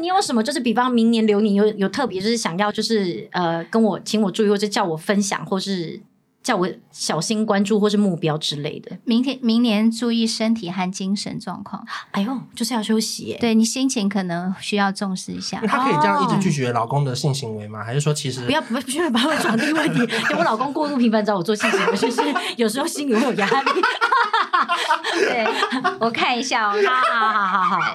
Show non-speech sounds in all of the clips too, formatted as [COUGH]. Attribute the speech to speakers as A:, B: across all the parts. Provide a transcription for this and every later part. A: 你有什么就是比方明年留你有有特别就是想要就是呃跟我请我注意，或者叫我分享，或是叫我小心关注，或是目标之类的？
B: 明天明年注意身体和精神状况，
A: 哎呦，就是要休息耶，
B: 对你心情可能需要重视一 [LAUGHS] 下
C: 那。她可以这样一直拒
B: 哦
C: 绝老公的性行为吗？还是说其实
A: 不要不要不要把我转移问
D: [LAUGHS]
A: 题，因为我老公过度频繁找我做性行为，就是有时候心里会有压
D: [LAUGHS]
A: 力。
B: 对，我看一下哦。
A: 好好好好好。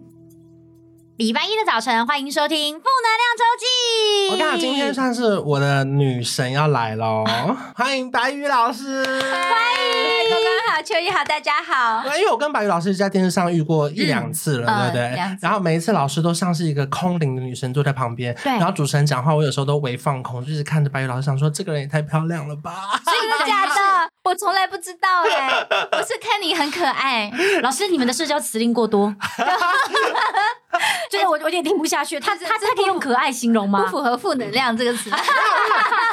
A: 礼拜一的早晨，欢迎收听《负能
C: 我
A: 量
C: 刚
A: 周
C: 好
A: 记》。
C: 今天算是我的女神要来喽， [LAUGHS] 欢迎白宇老师。
B: 啊嗨，刚刚好，秋怡好，大家好。
C: [LAUGHS] 因为我跟白宇老师在电视上遇过一两次了，
B: 嗯
C: 对不对
B: 嗯？两次
C: 然后每一次老师都像是一个空灵的女神坐在旁边，
A: 对
C: 然后主持人讲话，我有时候都微放空，就是看着白宇老师想说，这个人也太漂亮了吧。
B: 真的假的？我从来不知道哎、我
C: [LAUGHS]
B: 是看你很可爱。
A: 老师，你们的社交辞令过 [LAUGHS] 多，就是我我有点听不下去。他他他可以用可爱形容
B: 不
A: 吗？
B: 符合负能量这个 [LAUGHS] 词，啊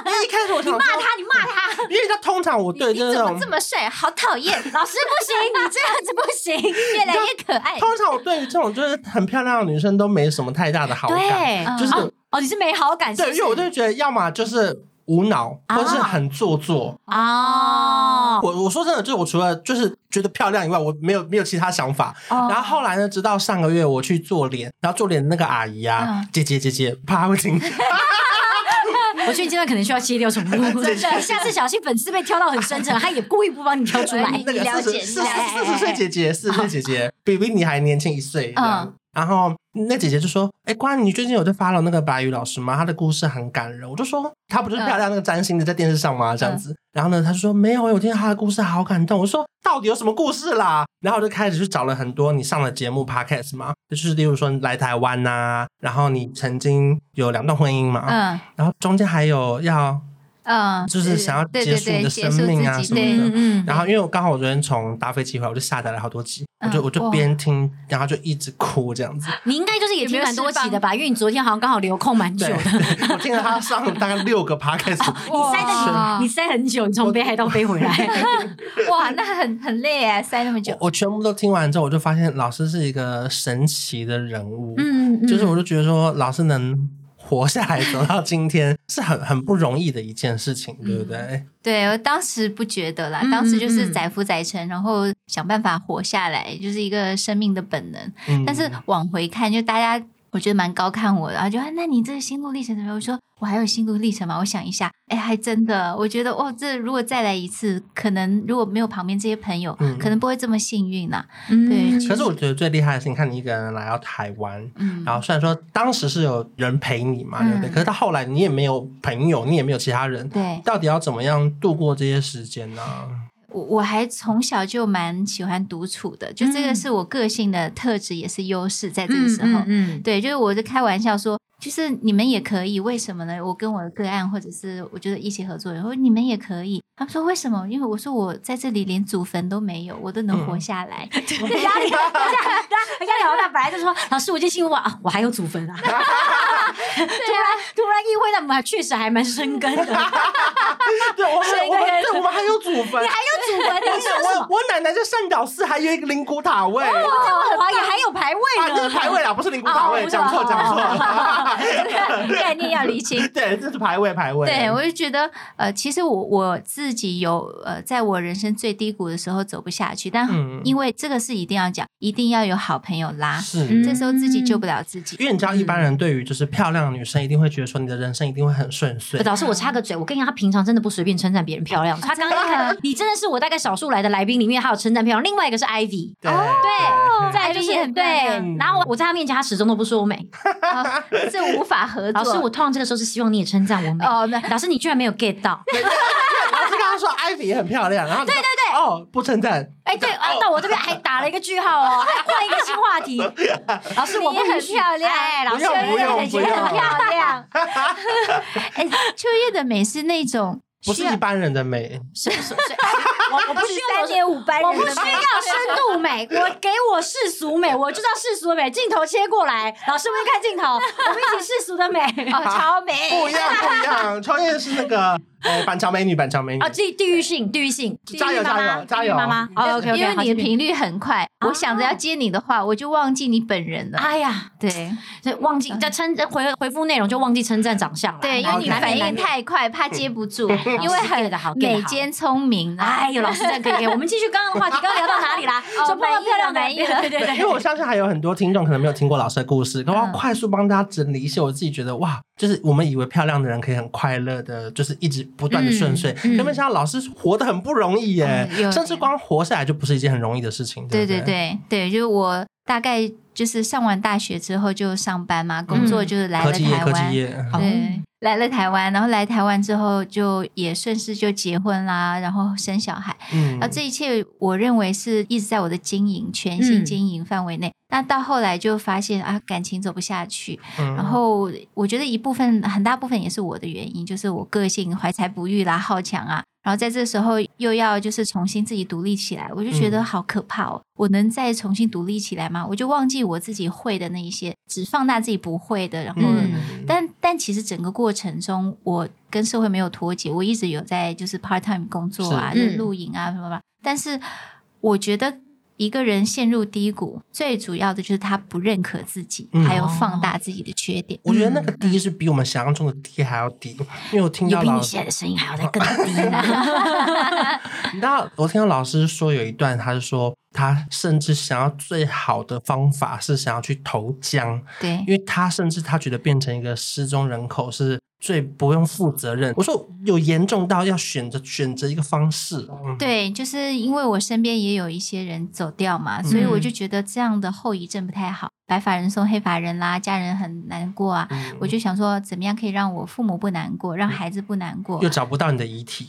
C: 因 [LAUGHS] 为一开始我想骂他，
A: 你骂他，
C: [LAUGHS] 因为他通常我对
B: 你
C: 就是
B: 怎
C: 那
B: 么
C: 种
B: 这。么帅？好讨
C: [LAUGHS]
B: 厌，
A: 老师不行，你这样子不行。
B: 越来越可爱。
C: 通常我对于这种就是很漂亮的女生都没什么太大的好感，
A: 对，
B: 嗯
C: 就是
A: 哦哦，你是没好感，是
C: 对，
A: 不
C: 因
A: 是
C: 为我就觉得要么就是无脑，
A: 啊
C: 或是很做作。
D: [LAUGHS]
A: 哦
C: 我我说真的，就是我除了就是觉得漂亮以外，我没有没有其他想法。
B: 哦
C: 然后后来呢，直到上个月我去做脸，然后做脸的那个阿姨啊，姐姐姐姐，怕她会听，
A: 我觉得你这段可能需要切掉重录，真的，下次小心粉丝被挑到很深沉，他也故意不帮你挑
D: [LAUGHS]
A: 出来
B: 哎。
C: 那个
B: 了
C: 四
B: 解
C: 十四
B: 了
C: 十
B: 解哎
C: 四十岁姐姐，四十岁姐
B: 哦
C: 姐比比你还年轻一岁。嗯。然后那姐姐就说：“哎，关，你最近有在 follow 那个白宇老师吗？他的故事很感人。”我就说：“她不就是漂亮那个占星的在电视上吗？这样
B: 嗯
C: 子。”然后呢，她就说：“没有，我听到她的故事好感动。”我说：“到底有什么故事啦？”然后我就开始去找了很多你上的节目 podcast
B: 嗯
C: 嘛，就是例如说你来台湾呐、然后你曾经有两段婚姻嘛，
B: 嗯
C: 然后中间还有要
B: 嗯，
C: 就是想要
B: 对
C: 结
B: 对
C: 束你的
B: 对结束
C: 生命啊
B: 自己
C: 什么的
B: 对
C: 嗯
A: 嗯
C: 然后因为我刚好我昨天从搭飞机回来，我就下载了好多集，我就
B: 嗯
C: 我就
B: 哇
C: 边听，然后就一直哭这
B: [LAUGHS]
C: 样子。
A: 你应该就是也听蛮多集的吧？因为你昨天好像刚好留空蛮久
C: 对，
A: 的，
C: 对 [LAUGHS] 我听了他上大概六个 podcast，
A: 你
B: 嗯
A: 塞的
B: 哇
A: 你你塞很久，你从北海道飞 [LAUGHS] 回来。
B: 哦哇，那很很累哎，塞那么久
C: 我。我全部都听完之后，我就发现老师是一个神奇的人物。
A: 嗯，
C: 就是我就觉得说，老师能活下来走到今天，是很很不容易的一件事情，对不对？
B: 对我当时不觉得啦
A: 嗯，
B: 当时就
A: 嗯嗯
B: 是载浮载沉，然后想办法活下来，就是一个生命的本能。
C: 嗯
B: 但是往回看，就大家我觉得蛮高看我的，然后就啊，那你这个心路历程怎么样？我说我还有心路历程吗？我想一下，哎，还真的，我觉得哦，这如果再来一次，可能如果没有旁边这些朋友，
C: 嗯
B: 可能不会这么幸运啦。
A: 嗯
B: 对
C: 可是我觉得最厉害的是，你看你一个人来到台湾，
B: 嗯
A: 啊
C: 然后虽然说当时是有人陪你嘛，对不对？
B: 嗯
C: 可是到后来你也没有朋友，你也没有其他人，
B: 对
C: 到底要怎么样度过这些时间呢、
B: 我我还从小就蛮喜欢独处的，就这个
A: 嗯
B: 是我个性的特质，也是优势，在这个时候，
A: 嗯，
B: 对，就是我就开玩笑说，就是你们也可以，为什么呢？我跟我的个案，或者是我觉得一起合作，然后你们也可以。他们说为什么？因为我说我在这里连祖坟都没有，我都能
C: 嗯
B: 活下来。
A: 对 [LAUGHS] 压力压力压力好大，本来就说老师，我今天心哇，啊我还有祖 [LAUGHS] 坟啊。突然突然意会到，我们还确实还蛮深耕的。还
C: 对，我们
A: 谁
C: 我们
A: 跟
C: 对我们还有祖坟，
A: 有祖坟，你说什
C: 我
A: 么？
C: 我奶奶在善导寺还有一个灵骨塔位。啊，
A: 哦我怀疑还有排位
C: 这
A: 呢
C: 是。牌位啦，不是灵骨塔
A: 哦
C: 位，
A: 不是
C: 讲错
A: 哦
C: 讲错。
A: [LAUGHS]
B: 概念要厘清。
C: 对，这是牌位牌位。
B: 对，我就觉得，呃，其实我我自己有，呃，在我人生最低谷的时候走不下去，但
C: 嗯
B: 因为这个是一定要讲，一定要有好朋友拉，
C: 是。
B: 这时候自己救不了自
C: [LAUGHS]
B: 己。
C: 因为你知道，一般人对于就是漂亮的女生，一定会觉得说你的人生一定会很顺遂。
A: 老师，我插个嘴，我跟你讲，他平常真的不随便称赞别人漂亮。他刚刚一看，你真的是啊我大概少数来的来宾里面，还有称赞漂亮。另外一个是 Ivy，
C: 对
A: 对，再来就
B: Ivy 也
A: 是
B: 很
A: 对
B: 漂亮，
A: 然后我在他面前，他始终都不说我美。
B: 啊这无法合作。
A: 老师，我通常这个时候是希望你也称赞我美。
B: 哦，那
A: 老师，你居然没有 get 到，
C: 对对对老师刚刚说艾比也很漂亮，然后对对对，哦，不称赞，
A: [LAUGHS] 哎，对，啊，到我这边还打了一个句号哦，还换一个新话题。老师，我不
B: 你也
A: 允
B: 很
A: 许
B: 漂亮
A: 哎，老师，
C: 不用
A: 我
C: 不用
A: 也
C: 不用
B: [LAUGHS]
A: 很漂亮。
B: 亮。哎，秋叶的美是那种
C: 不是
B: 需要
C: 一般人的美，
A: 是是是，我我不需要
E: 三点五班
A: 我
E: 人
A: 不
E: 的
A: 需
E: 美，
A: 要深度 [LAUGHS] 美，我给我世俗美，我就叫世俗美。镜头切过来，老师们看镜 [LAUGHS] 头，我们一起世俗的美。
B: 哦，超美，
C: 不一样，不一样。创业是那个呃板桥美女，板桥美女
A: 啊，，地地域性，地域性，地
C: 加
A: 域
C: 油
A: 妈
C: 加
A: 妈，
C: 油加
A: 地域
C: 油
A: 妈妈。
B: 但是
A: OK OK，
B: 呃因为你的频率很快，我想着要接你的话，我就忘记你本人了。
A: [LAUGHS] 哎呀，
B: 对
A: 这忘记这称回回复内容就忘记称赞长相了。
B: 对，因为你
A: 难免
B: 反应。
A: 难免
B: 太快，怕接不住，
A: 老
B: 因为
A: 师给
B: 很
A: 的好给的
B: 美
A: 好
B: 兼聪明啊。
A: 哎呦，老师
B: [LAUGHS]
A: 这可以给我们继续刚刚的话题，刚刚聊到哪里啦？
B: 哦
A: 说漂亮漂亮的
B: 满意了满
A: 对对
C: 对因为我
A: 对。
C: 相信还有很多听众可能没有听过老师的故事，可我要
B: 嗯
C: 快速帮大家整理一些我自己觉得哇，就是我们以为漂亮的人可以很快乐的，就是一直不断的顺遂，
A: 嗯嗯
C: 根本想到老师活得很不容易耶
B: 嗯有，点
C: 甚至光活下来就不是一件很容易的事情。
B: 对
C: 对
B: 对
C: 不，
B: 对对，就是我大概就是上完大学之后就上班嘛，工作就是来
C: 科
B: 了
C: 技业
B: 台
C: 科技
B: 湾，
C: 业，
B: 对，来了台湾，然后来台湾之后就也顺势就结婚啦，然后生小孩。
C: 嗯
B: 那这一切，我认为是一直在我的经营、全心
A: 嗯
B: 经营范围内。那到后来就发现啊，感情走不下去。
C: 嗯
B: 然后我觉得一部分、很大部分也是我的原因，就是我个性怀才不遇啦、好强啊。然后在这时候又要就是重新自己独立起来，我就觉得
C: 嗯
B: 好可怕哦！我能再重新独立起来吗？我就忘记我自己会的那一些，只放大自己不会的，然后
C: 嗯
B: 但但其实整个过程中，我跟社会没有脱节，我一直有在就是 part time 工作啊，
A: 是
B: 就
A: 嗯
B: 是露营啊什么吧。但是我觉得一个人陷入低谷，最主要的就是他不认可自己，
C: 嗯
B: 还有放大自己的缺点。
C: 我觉得那个低是比我们想象中的低还要低，因为我听
A: 嗯有
C: 到
A: 比
C: 老
A: 你
C: 师
A: 现在的声音还要再更低
D: [LAUGHS]
A: 啦。
C: 你知道，我听到老师说有一段，他是说他甚至想要最好的方法是想要去投江，
B: 对
C: 因为他甚至他觉得变成一个失踪人口是最不用负责任。我说有严重到要选择选择一个方式，嗯，
B: 对，就是因为我身边也有一些人走掉嘛，所以我
C: 嗯
B: 就觉得这样的后遗症不太好，白发人送黑发人啦，家人很难过啊。
C: 嗯
B: 我就想说，怎么样可以让我父母不难过，让孩子不难过？
C: 又找不到你的遗体，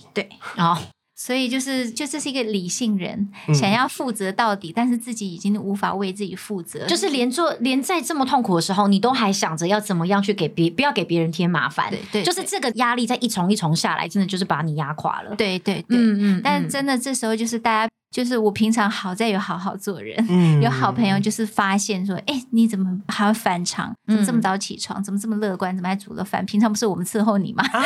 A: 哦，
B: 所以就是，就这是一个理性人，
C: 嗯
B: 想要负责到底，但是自己已经无法为自己负责，
A: 就是连做连在这么痛苦的时候，你都还想着要怎么样去给别不要给别人添麻烦，
B: 对对
A: 就是这个压力在一重一重下来，真的就是把你压垮了。，
B: 对对对。
A: 嗯嗯，
B: 但
A: 嗯
B: 真的这时候就是大家，就是我平常好在有好好做人，
C: 嗯
B: 有好朋友就是发现说，哎、你怎么好像反常？怎么这么
A: 嗯
B: 早起床？怎么这么乐观？怎么还煮了饭？平常不是我们伺候你吗？
C: 啊，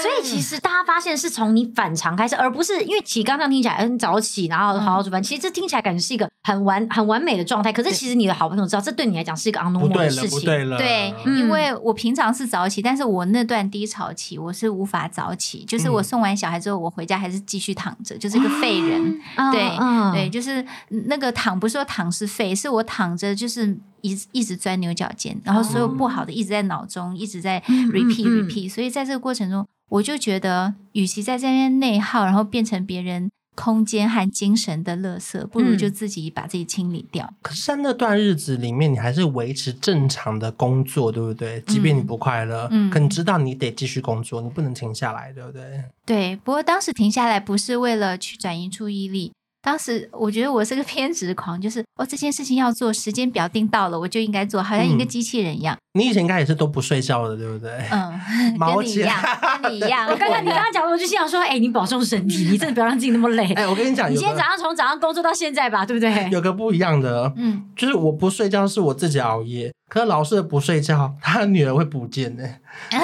A: 所以其实大家发现是从你反常开始，而不是因为其实刚刚听起来，嗯，早起然后好好煮饭，其实这听起来感觉是一个很完很完美的状态。可是其实你的好朋友知道，这对你来讲是一个 u n n o
C: 不
A: r
C: 对
A: 的
C: 了，
A: 事
C: 不
A: 情。
C: 对了，
B: 对，
A: 嗯
B: 因为我平常是早起，但是我那段低潮期我是无法早起，就是我
C: 嗯
B: 送完小孩之后，我回家还是继续躺着，就是一个废人。
A: 嗯
B: 对
A: 嗯
B: 对，就是那个躺，不是说躺是废，是我躺着就是一直一直钻牛角尖，然后所有不好的一直在脑中，一直在
A: 哦嗯嗯
B: repeat
A: 嗯
B: repeat，所以在这个过程中，我就觉得，与其在这边内耗，然后变成别人空间和精神的垃圾，不如
A: 嗯
B: 就自己把自己清理掉。
C: 可是，在那段日子里面，你还是维持正常的工作，对不对？即便你不快乐，
B: 嗯
C: 可你知道你得继续工作，你不能停下来，对不对？
B: 对，不过当时停下来不是为了去转移注意力。当时我觉得我是个偏执狂，就是哦这件事情要做，时间表定到了我就应该做，好像一个
C: 嗯
B: 机器人一样。
C: 你以前应该也是都不睡觉的，对不对？ [LAUGHS]
A: [LAUGHS]
B: 嗯，
C: 毛
B: 跟你一
C: 起来
B: 样，跟你一样。
A: 我 [LAUGHS] 刚刚你
B: 我
A: 刚刚讲，我就心想说，哎、你保重身体，你真的不要让自己那么
C: [LAUGHS]
A: 累。
C: 哎、我跟你讲，
A: 你
C: 有
A: 今天早
C: 个
A: 上从早上工作到现在吧，对 [LAUGHS] 不对？
C: 有个不一样的，
B: 嗯，
C: 就是我不睡觉是我自己熬夜，可是老师的不睡觉，他的女儿会不见呢、
B: [LAUGHS]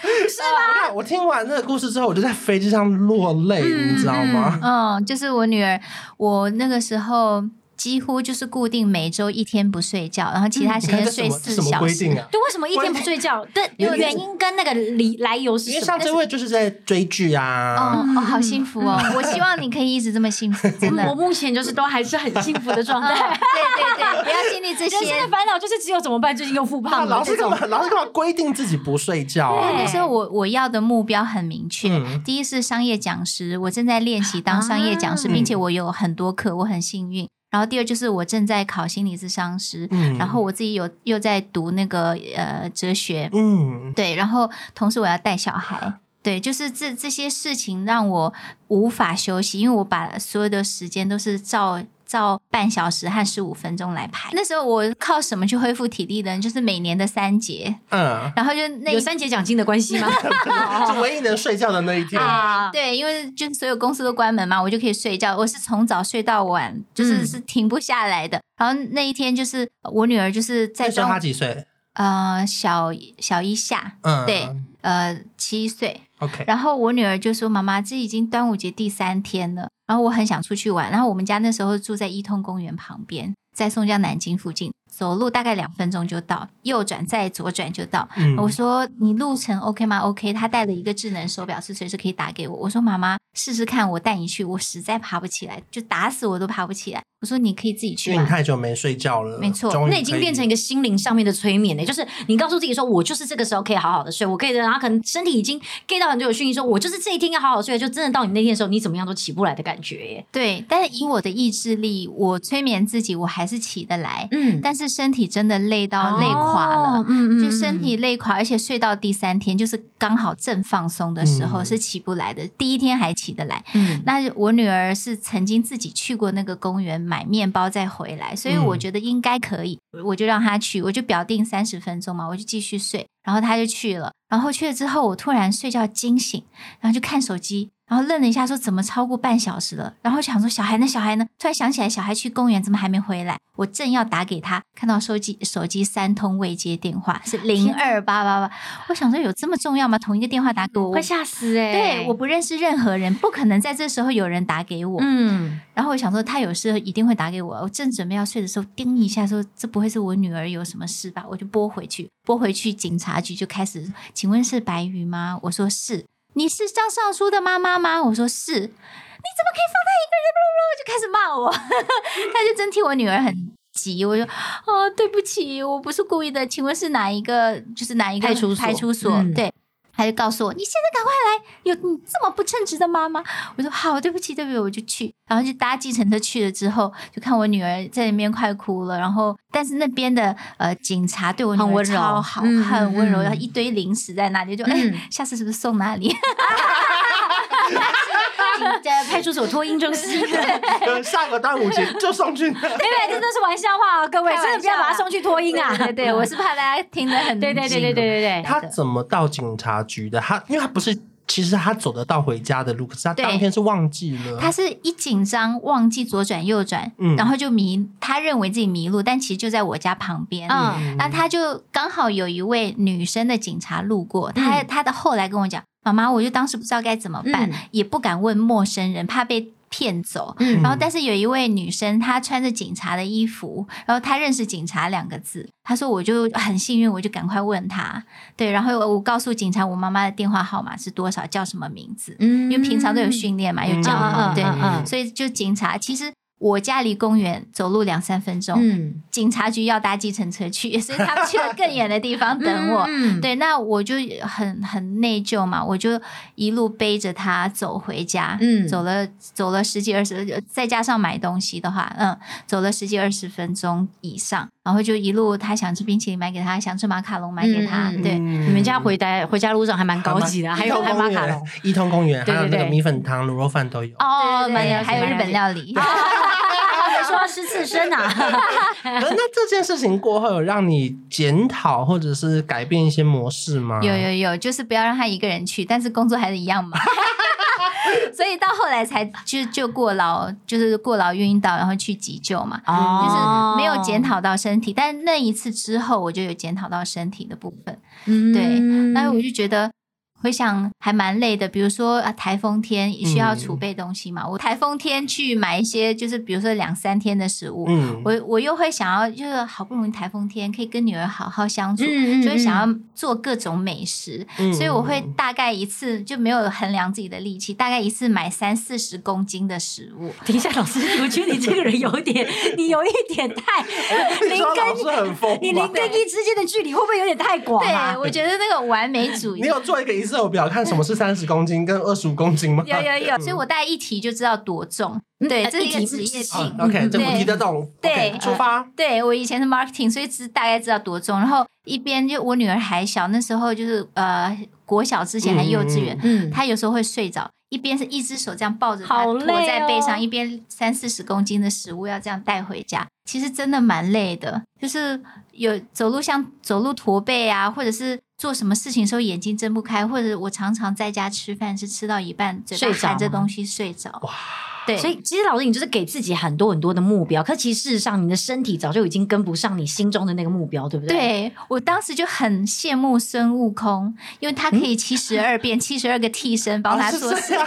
C: 是吗？我听完这个故事之后，我就在飞机上落泪，你知道 [LAUGHS] 吗？
B: 嗯，就是我女儿，我那个时候几乎就是固定每周一天不睡觉，然后其他
C: 嗯你
B: 时间
C: 看这什
B: 睡
C: 么这
B: 四
C: 什么
B: 小
C: 规
B: 时。
C: 定啊？
A: 对，为什么一天不睡觉？对，
C: 因为
A: 原因跟那个理来由是
C: 因为
A: 什
C: 像
A: 么？
C: 这位就是在追剧啊，
B: 哦哦，好幸福哦！我希望你可以一直这么幸福，真的。
C: [LAUGHS]
A: 我目前就是都还是很幸福的状 [LAUGHS]
B: 嗯
A: 态。
B: 对对对，不要经历这
A: 人生
B: 些
A: 的。烦恼就是只有怎么办，最近又复
C: 那
A: 胖了
C: 啊老
A: 这
C: 师干
A: 种。
C: 嘛？老师干嘛规定自己不睡觉
B: 因为
C: 啊？
B: 那时候我我要的目标很明确，
C: 嗯
B: 第一是商业讲师，我正在练习当商业讲师，
C: 啊
B: 并且我有很多课，我很幸运。然后第二就是我正在考心理咨商师，
C: 嗯
B: 然后我自己有又在读那个呃哲学，
C: 嗯，
B: 对，然后同时我要带小孩，对，就是这这些事情让我无法休息，因为我把所有的时间都是照照半小时和十五分钟来排。那时候我靠什么去恢复体力呢？就是每年的三节，
C: 嗯，
B: 然后就那
A: 有三节奖金的关系吗？
C: 是唯一能睡觉的那一天。
A: 啊，
B: 对，因为就是所有公司都关门嘛，我就可以睡觉。我是从早睡到晚，就是、
A: 嗯
B: 是停不下来的。然后那一天就是我女儿就是在
C: 那时
B: 中
C: 候他几岁？
B: 呃小小一下，
C: 嗯，
B: 对呃七岁，
C: ，OK，
B: 然后我女儿就说：“妈妈，这已经端午节第三天了，然后我很想出去玩。”然后我们家那时候住在一通公园旁边，在松江南京附近，走路大概两分钟就到，右转再左转就到。
C: 嗯
B: 我说：“你路程 OK 吗？”OK。她带了一个智能手表，是随时可以打给我。我说：“妈妈，试试看，我带你去。我实在爬不起来，就打死我都爬不起来。”我说：“你可以自己去
C: 因为
B: 玩
C: 你。”太久没睡觉了，
B: 没错
C: 终于
A: 那已经
C: 可以
A: 变成一个心灵上面的催眠呢，就是你告诉自己说，我就是这个时候可以好好的睡，我可以的，然后可能身体已经 get 到很久的讯息，说我就是这一天要好好睡，就真的到你那天的时候，你怎么样都起不来的感觉耶。
B: 对，但是以我的意志力，我催眠自己，我还是起得来。
A: 嗯，
B: 但是身体真的累
A: 呃
B: 到累垮了，
A: 哦，嗯嗯，
B: 就身体累垮，而且睡到第三天，就是刚好正放松的时候、
C: 嗯
B: 是起不来的，第一天还起得来。
A: 嗯，嗯
B: 那我女儿是曾经自己去过那个公园买面包再回来，所以
C: 嗯
B: 我觉得应该可以，我就让她去，我就表定三十分钟嘛，我就继续睡，然后她就去了，然后去了之后，我突然睡觉惊醒，然后就看手机，然后愣了一下，说怎么超过半小时了？然后想说小孩呢，小孩呢？突然想起来，小孩去公园怎么还没回来？我正要打给他，看到手机手机三通未接电话是零二八八八，我想说有这么重要吗？同一个电话打给我，我
A: 会吓死哎。
B: 对，我不认识任何人，不可能在这时候有人打给我。
A: 嗯，
B: 然后我想说，他有事一定会打给我。我正准备要睡的时候，叮一下说，这不会是我女儿有什么事吧？我就拨回去，拨回去警察局就开始，请问是白鱼吗？我说是，你是张尚书的妈妈吗？我说是，你怎么可以放他一个人？就开始骂我， [LAUGHS] 他就真替我女儿很。急，我就哦，对不起，我不是故意的。请问是哪一个？就是哪一个
A: 派出所
B: 派出所，
A: 嗯
B: 对，他就告诉我，你现在赶快来，有你这么不称职的妈妈。我说好，对不起，对不起，我就去，然后就搭计程车去了之后，就看我女儿在里面快哭了，然后但是那边的呃警察对我女
A: 很
B: 儿
A: 温柔
B: 超好，
A: 嗯
B: 很温柔，
A: 嗯
B: 然后一堆零食在那里，就、
A: 嗯
B: 哎，下次是不是送哪里？
A: 在派出所脱音
D: [LAUGHS]
A: 中心，对
C: [LAUGHS]
A: 对，
C: 下个端午节就送去那。
A: 真的是玩笑话啊，各位，
B: 开玩
A: 真的不要把它送去脱音啊。
B: 对对对，我是怕大家听得很
A: 对对对对对对对，
C: 他怎么到警察局的？他因为他不是，其实他走得到回家的路，可是他
B: 对
C: 当天是忘记了。
B: 他是一紧张忘记左转右转，
C: 嗯
B: 然后就迷，他认为自己迷路，但其实就在我家旁边。
A: 嗯
B: 那他就刚好有一位女生的警察路过，
A: 嗯
B: 他他的后来跟我讲，妈妈，我就当时不知道该怎么办，
A: 嗯
B: 也不敢问陌生人，怕被骗走。
A: 嗯
B: 然后，但是有一位女生，她穿着警察的衣服，然后她认识“警察”两个字，她说我就很幸运，我就赶快问她，对，然后我告诉警察我妈妈的电话号码是多少，叫什么名字，
A: 嗯
B: 因为平常都有训练嘛，有
A: 嗯
B: 教
A: 嗯
B: 嘛，
A: 嗯
B: 对，
A: 嗯嗯
B: 所以就警察。其实我家离公园走路两三分钟，
A: 嗯，
B: 警察局要搭计程车去，所以他们去了更远的地方等我。
A: 嗯，
B: 对，那我就很很内疚嘛，我就一路背着他走回家，
A: 嗯
B: 走了走了十几二十，再加上买东西的话，嗯，走了十几二十分钟以上，然后就一路他想吃冰淇淋买给他，想吃马卡龙买给他，
A: 嗯嗯嗯
B: 对，
A: 你们家回家回家路上还蛮
C: 还
A: 高级的，还有还有马卡龙。，
C: 伊通公园，
A: 对
C: 还
A: 对
C: 有那个
A: 对
C: 米粉汤、卤肉饭都
B: [LAUGHS]
C: 有。
B: 哦，
A: 对对对
B: 蛮
A: 了解
B: 还有日本料
A: [LAUGHS]
B: 理，
A: 还说要吃刺身 [LAUGHS] 啊？
C: 可是那这件事情过后，有让你检讨或者是改变一些模式吗？
B: 有有有，就是不要让他一个人去，但是工作还是一样嘛。 [LAUGHS] 所以到后来才就就过劳，就是过劳晕倒，然后去急救嘛，就是
A: 哦
B: 没有检，讨到身体。但那一次之后，我就有检讨到身体的部分。
A: 嗯
B: 对那我就
C: 嗯
B: 觉得回想还蛮累的，比如说啊，台风天需要
C: 嗯
B: 储备东西嘛，我台风天去买一些，就是比如说两三天的食物，
C: 嗯，
B: 我我又会想要，就是好不容易台风天可以跟女儿好好相处，
A: 嗯嗯
B: 就会想要做各种美食，
C: 嗯
B: 所以我会大概一次就没有衡量自己的力气，大概一次买三四十公斤的食物。
A: 等一下，老师，我觉得你这个人有点，你有一点
C: [LAUGHS]
A: 太
C: [LAUGHS] 你
A: 林
C: 说老
A: 跟
C: 师很疯
A: 你
C: 吗
A: 林？跟一之间的距离会不会有点太广
B: 对
A: 啊？，
B: 我觉得那个完美
C: [LAUGHS]
B: 主义
C: 你。有做一个 Excel 表，看什么是三十公斤跟二十五公斤吗？
B: 有有有，所以
C: 嗯
B: 我大概一提就知道多重。对，
A: 呃
B: 这是一个
A: 一提
B: 职业
C: 啊
B: 病。
C: OK，这我
B: 嗯对
C: 提得懂。
B: 对嗯
C: OK，出发。
B: 对我以前是 marketing，所以知大概知道多重。然后一边就我女儿还小，那时候就是呃国小之前还幼稚园，
A: 嗯，
B: 她有时候会睡着，一边是一只手这样抱着它
A: 好
B: 驮
A: 累哦
B: 在背上，一边三四十公斤的食物要这样带回家，其实真的蛮累的。就是有走路像走路驼背啊，或者是做什么事情的时候眼睛睁不开，或者我常常在家吃饭是吃到一半嘴巴
A: 睡着
B: 含着
A: 吗
B: 东西睡着。哇，对，
A: 所以其实老师，你就是给自己很多很多的目标，可其实事实上，你的身体早就已经跟不上你心中的那个目标，对不对？。
B: 对我当时就很羡慕孙悟空，因为他可
A: 嗯
B: 以七十二变七十二个替身
A: 哦
B: 帮他做
C: [LAUGHS]
B: 事。
C: 啊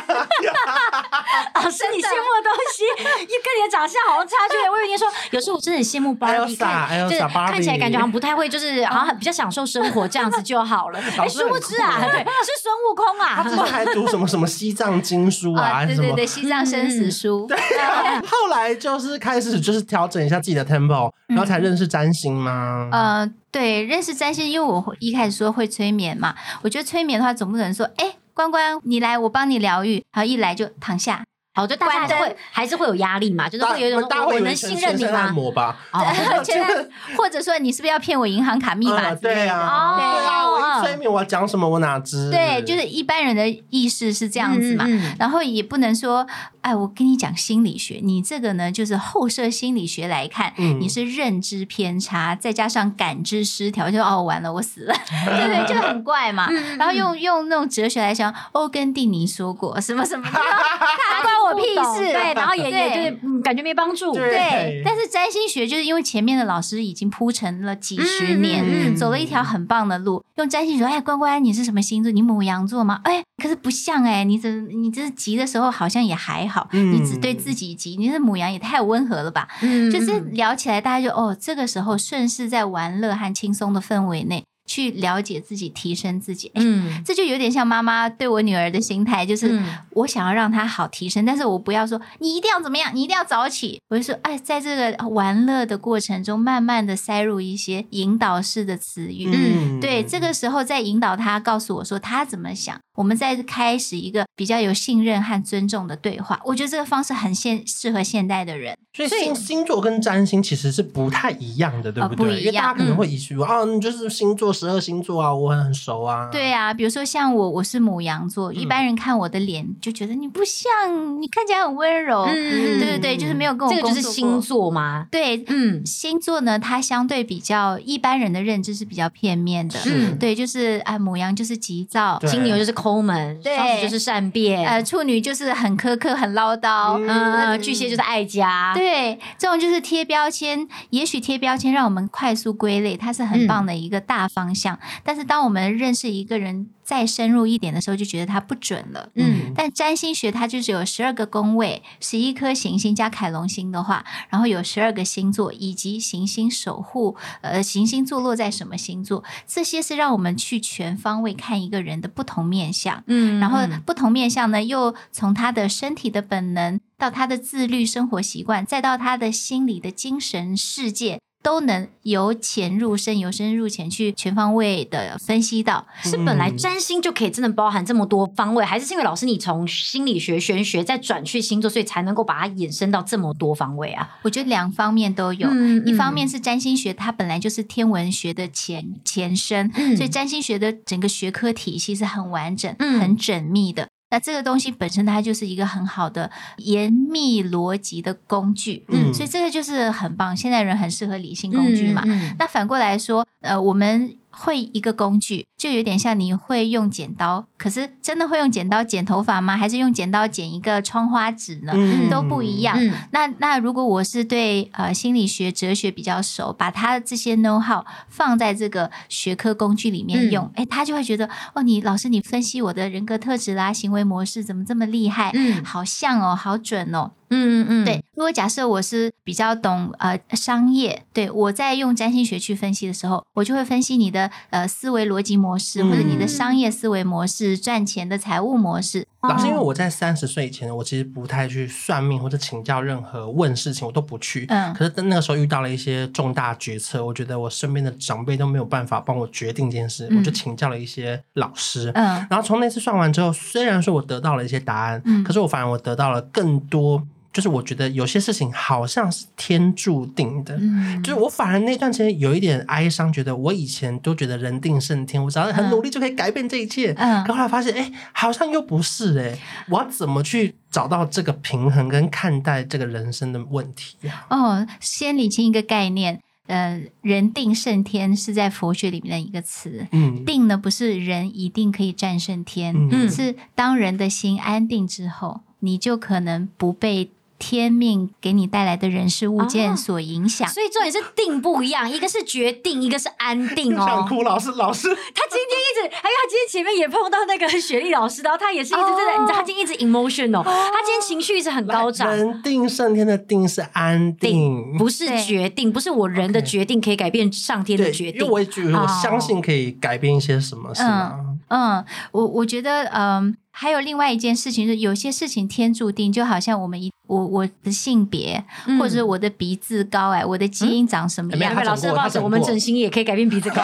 A: 老师，啊你羡慕的东西也跟你的长相好像差 [LAUGHS] 距很远。我以为你说，有时候我真的很羡慕 Barbie，
C: Elsa，
A: 看
C: Elsa，
A: 就是看起来
C: Barbie
A: 感觉好像不太会，就是好像很比较享受生活哦这样子就好了。
C: [LAUGHS] 老
A: 哎，
C: 师
A: 殊
C: 很
A: 不知啊，
C: 酷欸
A: 对，是孙悟空
C: 他之前
A: 啊。
C: 还读什么什么西藏经书
B: [LAUGHS]
C: 啊，还
B: 对
C: 是什
B: 对
C: 么
B: 对，西藏生
A: 嗯
B: 死书，
A: 啊
C: 后来就是开始就是调整一下自己的 tempo，然后才认识占星吗？
B: 嗯呃，对，认识占星，因为我会一开始说会催眠嘛，我觉得催眠的话，总不能说，哎，关关，你来，我帮你疗愈，然后一来就躺下，
A: [LAUGHS] 好，就大家还是
B: 关
A: 会还是会有压力嘛，就是会有一种
C: 大
A: 我
C: 会
A: 我
C: 以为
A: 能
C: 全
A: 信任你
C: 身按
A: 吗？
C: 摩吧？
B: [LAUGHS]
A: 哦
B: 现在或者说你是不是要骗我银行卡密码
C: 啊
B: 之类的？
C: 对啊，
A: 哦
C: 对啊，我一
A: 嗯
C: 催眠，我讲什么我哪知？
B: 对，就是一般人的意识是这
A: 这
B: 样子嘛。
A: 嗯嗯
B: 然后也不能说，哎，我跟你讲心理学，你这个呢就是后设心理学来看，
C: 嗯
B: 你是认知偏差，再加上感知失调，就哦完了，我
A: [LAUGHS]
B: 死了，对对，就很怪嘛。
A: 嗯
B: 然后用用那种哲学来想，欧根蒂尼说过什么
A: [LAUGHS]
B: 什么，他关我屁
A: 不懂
B: 事，
A: 对，然后也也
B: 对
A: 就是嗯感觉没帮助，
C: 对
B: 对，但是占星学就是因为前面的老师已经铺陈了几十年，
A: 嗯
C: 嗯
B: 走了一条很棒的路。用占星学，哎，关关，你是什么星座？你母羊座吗？哎，可是不像哎、你怎么你这急的时候好像也还好，
C: 嗯
B: 你只对自己急，你这母羊也太温和了吧？
A: 嗯
B: 就是
A: 嗯
B: 聊起来，大家就哦，这个时候顺势在玩乐和轻松的氛围内去了解自己，提升自己。哎
A: 嗯
B: 这就有点像妈妈对我女儿的心态，就是
A: 嗯
B: 我想要让她好提升，但是我不要说你一定要怎么样，你一定要早起。我就说，哎，在这个玩乐的过程中，慢慢的塞入一些引导式的词语。
C: 嗯
B: 对，这个时候再引导她，告诉我说她怎么想，我们再开始一个比较有信任和尊重的对话。我觉得这个方式很现适合现代的人。
C: 所以
A: 所以
C: 星星座跟占星其实是不太一样的，对
B: 呃
C: 不
B: 不
C: 对？
B: 一样
C: 因为大家可能会以为啊，你就是星座十二星座啊，我很很熟
A: 嗯
C: 啊。
B: 对啊，比如说像我，我是母羊座，一般人看我的脸就觉得你不像，你看起来很温柔。
A: 嗯
B: 对对对，就是没有跟我
A: 这个就
B: 工
A: 是
B: 作过
A: 星座吗？
B: 对，
A: 嗯
B: 星座呢，它相对比较一般人的认知是比较片面的。
A: 嗯
B: 对，就是啊，母羊就是急躁，
C: 对
A: 金牛就是抠门，
B: 对
A: 双子就是善变，
B: 呃，处女就是很苛刻、很唠叨。
C: 嗯
A: 呃，巨蟹就是爱家，
B: 对，这种就是贴标签，也许贴标签让我们快速归类，它是很
A: 嗯
B: 棒的一个大方向。但是当我们认识一个人再深入一点的时候，就觉得他不准了。
A: 嗯
B: 但占星学它就是有十二个宫位、十一颗行星加凯龙星的话，然后有十二个星座以及行星守护，呃，行星坐落在什么星座，这些是让我们去全方位看一个人的不同面相。
A: 嗯
B: 然后不同面相呢，又从他的身体的本能到他的自律生活习惯，再到他的心理的精神世界，都能由浅入深、由深入浅去全方位的分析到。
A: 是本来
C: 嗯
A: 占星就可以真的包含这么多方位，还是是因为老师你从心理学、玄学再转去星座，所以才能够把它衍生到这么多方位啊？
B: 我觉得两方面都有。
A: 嗯
B: 一方面是占星学，它本来就是天文学的前前身，
A: 嗯
B: 所以占星学的整个学科体系是很完整、
A: 嗯
B: 很缜密的。那这个东西本身它就是一个很好的严密逻辑的工具，
C: 嗯
B: 所以这个就是很棒。现在人很适合理性工具嘛。
A: 嗯嗯
B: 那反过来说，呃，我们会一个工具，就有点像你会用剪刀，可是真的会用剪刀剪头发吗？还是用剪刀剪一个窗花纸呢？
C: 嗯
B: 都不一样。
A: 嗯
B: 那那如果我是对呃心理学、哲学比较熟，把他这些 know how 放在这个学科工具里
A: 嗯
B: 面用，哎、他就会觉得哦，你老师你分析我的人格特质啦、行为模式怎么这么厉害，
A: 嗯
B: 好像哦，好准哦。
A: 嗯嗯，
B: 对，如果假设我是比较懂呃商业，对我在用占星学去分析的时候，我就会分析你的呃思维逻辑模式，或者你的
A: 嗯
B: 商业思维模式、赚钱的财务模式，
C: 老师，因为我在三十岁以前，我其实不太去算命或者请教任何问事情，我都不去。
B: 嗯
C: 可是那个时候遇到了一些重大决策，我觉得我身边的长辈都没有办法帮我决定这件事，
B: 嗯
C: 我就请教了一些老师。
B: 嗯
C: 然后从那次算完之后，虽然说我得到了一些答案，
B: 嗯
C: 可是我反而我得到了更多。就是我觉得有些事情好像是天注定的。
B: 嗯，
C: 就是我反而那段时间有一点哀伤，觉得我以前都觉得人定胜天，我只要很努力就可以改变这一切。
B: 嗯
C: 可后来发现，哎、好像又不是哎、我要怎么去找到这个平衡跟看待这个人生的问题呀、
B: 哦，先理清一个概念，呃，人定胜天是在佛学里面的一个词。
C: 嗯
B: 定呢，不是人一定可以战胜天，
A: 嗯
B: 是当人的心安定之后，你就可能不被天命给你带来的人事物
A: 哦
B: 件所影响。
A: 所以重点是定不一样，一个是决定，一个是安定
C: 又 [LAUGHS] 想
A: 哦。
C: 哭，老师，老师，
A: 他今天一直，还有他今天前面也碰到那个雪莉老师，然后他也是一直
B: 哦
A: 真的，你知道他今天一直 emotional，他哦今天情绪一直很高涨。
C: 人定胜天的定是安定，
A: 不是
B: 对
A: 决定，不是我人的
C: OK
A: 决定可以改变上天的
C: 对，
A: 决
C: 因
A: 定
C: 为。我也觉得我
A: 哦
C: 相信可以改变一些什么，是
A: [LAUGHS]
C: 吗？
B: 嗯，我我觉得，嗯，还有另外一件事情是，有些事情天注定，就好像我们一我我的性别，
A: 嗯
B: 或者我的鼻子高矮，我的基因长什么
C: 哎没有
B: 样
A: 哎，
C: 他
A: 老
C: 整
A: 师，
C: 过
A: 不好
C: 他
A: 意思，
C: 整
A: 我们
C: 过
A: 整形也可以改变鼻子
C: [LAUGHS]
A: 高。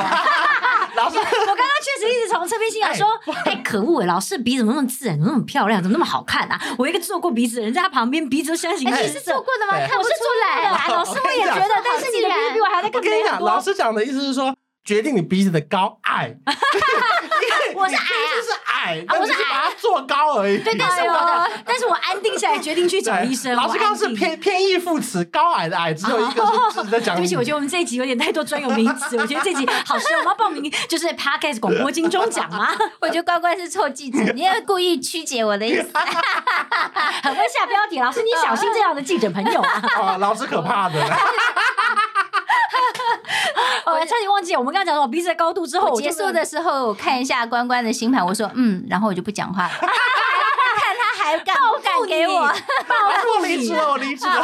C: 老师，
A: 我刚刚确实一直从侧边心想说，哎，可恶哎，老师鼻怎么那么自然，怎么那么漂亮，怎么那么好看啊？我一个做过鼻子的人，在他旁边鼻子都相信
C: 哎
A: 是
B: 你是做过的
C: 对
B: 吗？看不
A: 我是
B: 出
A: 做
B: 来
C: 哎
A: 过的啊老师我也觉得，但是你的鼻子比我还在
C: 我
A: 更
C: 跟你
A: 美
C: 讲，
A: 很
C: 老
A: 多。
C: 师讲的意思是说，决定你鼻子的高
A: [LAUGHS]
C: 矮。
A: 我是
C: 你
A: 矮啊
C: 鼻子是矮，
A: 啊
C: 但
A: 我
C: 你
A: 是
C: 是把它做高而已。
A: 对，但是我的，但是我安定下来，决定去找
C: 对
A: 医生。
C: 哎老师
A: 我
C: 刚刚
A: 安
C: 是
A: 定
C: 偏偏义副词，高矮的矮只有一个是是在讲你。
A: 哦 [LAUGHS] 对不起，我觉得我们这一集有点太多专有名词，我觉得这集好需要我们要报名，就是 podcast 广播金钟奖吗？
B: [LAUGHS] 我觉得乖乖是臭记
A: [LAUGHS]
B: 者，你要故意曲解我的意思。
A: 很会下标题，老师你小心这样的记者朋
B: [LAUGHS]
A: 友啊！ [LAUGHS]
C: 啊，老师可怕的。
A: 我哦差点忘记，我们刚刚讲我鼻子的高度之
B: [LAUGHS]
A: 后，
B: 我
A: 我
B: 结
A: 就
B: 束的时候，我看一下关关的星盘，我说 [LAUGHS] 嗯，然后我就不讲话了。看他还敢不敢给我？
C: 我离职了，我离职了，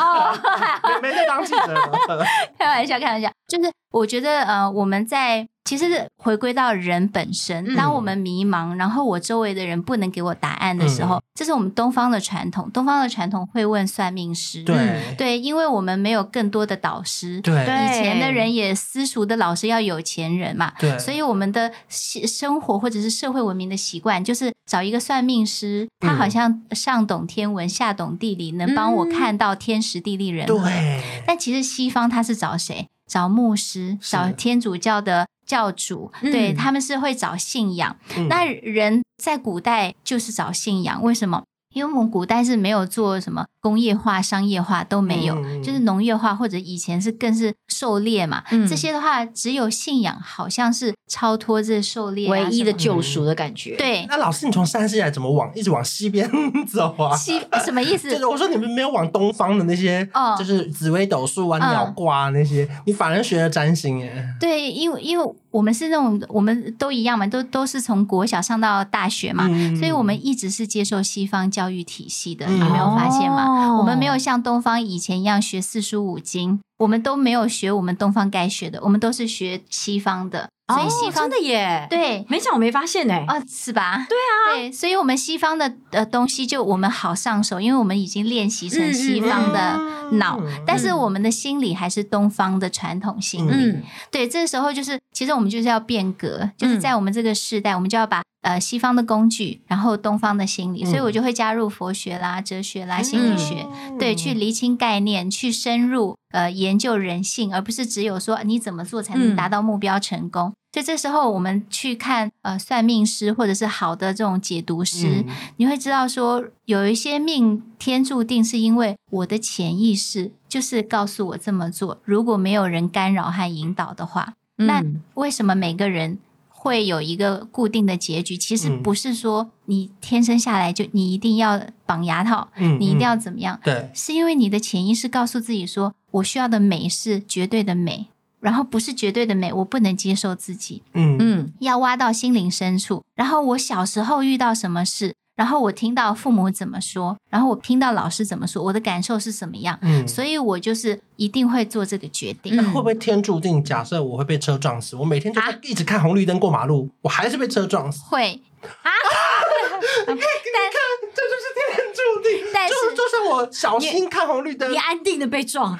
A: 哦 [LAUGHS]
C: 也没在当记者了。
B: [LAUGHS]
A: 嗯
B: 开玩笑，开玩笑，就是我觉得呃，我们在其实是回归到人本身。
A: 嗯
B: 当我们迷茫，然后我周围的人不能给我答案的时候，这是我们东方的传统。东方的传统会问算命师，
C: 对
B: 对，因为我们没有更多的导师。
A: 对
B: 以前的人也私塾的老师要有钱人嘛，
C: 对
B: 所以我们的习生活或者是社会文明的习惯，就是找一个算命师，他好像上懂天文，下懂地理，能帮我看到天时地利人和。
C: 嗯对
A: 嗯
B: 但其实西方他是找谁？找牧师，
C: 是
B: 找天主教的教主，
A: 嗯
B: 对他们是会找信仰。
C: 嗯
B: 那人在古代就是找信仰，为什么？因为我们古代是没有做什么工业化、商业化都没有，
C: 嗯
B: 就是农业化或者以前是更是狩猎嘛。
A: 嗯
B: 这些的话，只有信仰好像是超脱这狩猎、啊、
A: 唯一
B: 什
A: 的
B: 么
A: 救赎的感觉。，
B: 对
C: 那老师，你从山西来怎么往一直往西边 [LAUGHS] 走
B: [LAUGHS]
C: 啊？
B: 西什么意思
C: 就？是我说你们没有往东方的那些
B: 哦，
C: 就是紫微斗数啊、
B: 嗯
C: 鸟卦啊那些，你反而学了占星耶。
B: 对，因为因为我们是那种我们都一样嘛，都都是从国小上到大学嘛，
C: 嗯
B: 啊所以我们一直是接受西方教育体系的，
C: 嗯
B: 你没有发现吗？
A: 哦
B: 我们没有像东方以前一样学四书五经，我们都没有学我们东方该学的，我们都是学西方的，所以西
A: 哦，真
B: 方、
A: 的耶，，
B: 对。
A: 没想我没发现哎。
B: 哦，是吧？对啊，对，所以我们西方的呃东西就我们好上手，因为我们已经练习成西方的脑，
C: 嗯
B: 但是我们的心理还是东方的传统心理。
A: 嗯
B: 对，这时候就是，其实我们就是要变革，就是在我们这个时代，我们就要把呃西方的工具，然后东方的心理，所以我就会加入佛学啦、哲学
C: 嗯
B: 啦、心理学，对，去厘清概念，去深入呃研究人性，而不是只有说你怎么做才能达
C: 嗯
B: 到目标成功。所以这时候我们去看呃算命师或者是好的这种解读师，
C: 嗯
B: 你会知道说，有一些命天注定是因为我的潜意识就是告诉我这么做。如果没有人干扰和引导的话，那
A: 嗯
B: 为什么每个人会有一个固定的结局？其实
C: 嗯
B: 不是说你天生下来就你一定要绑牙套，
C: 嗯
B: 你一定要
C: 嗯
B: 怎么样，
C: 对，
B: 是因为你的潜意识告诉自己说，我需要的美是绝对的美，然后不是绝对的美，我不能接受自己。
C: 嗯
A: 嗯
B: 要挖到心灵深处。然后我小时候遇到什么事，然后我听到父母怎么说，然后我听到老师怎么说，我的感受是什么样，
C: 嗯，
B: 所嗯以我就是一定会做这个决定。
C: 那会
A: 嗯
C: 不会天注定？假设我会被车撞死，我每天就
B: 啊
C: 在一直看红绿灯过马路，我还是被车撞死，
B: 会，
C: 这就是天注定。
B: 但是
C: 就是就算我小心看红绿灯
A: 你，安定的被撞，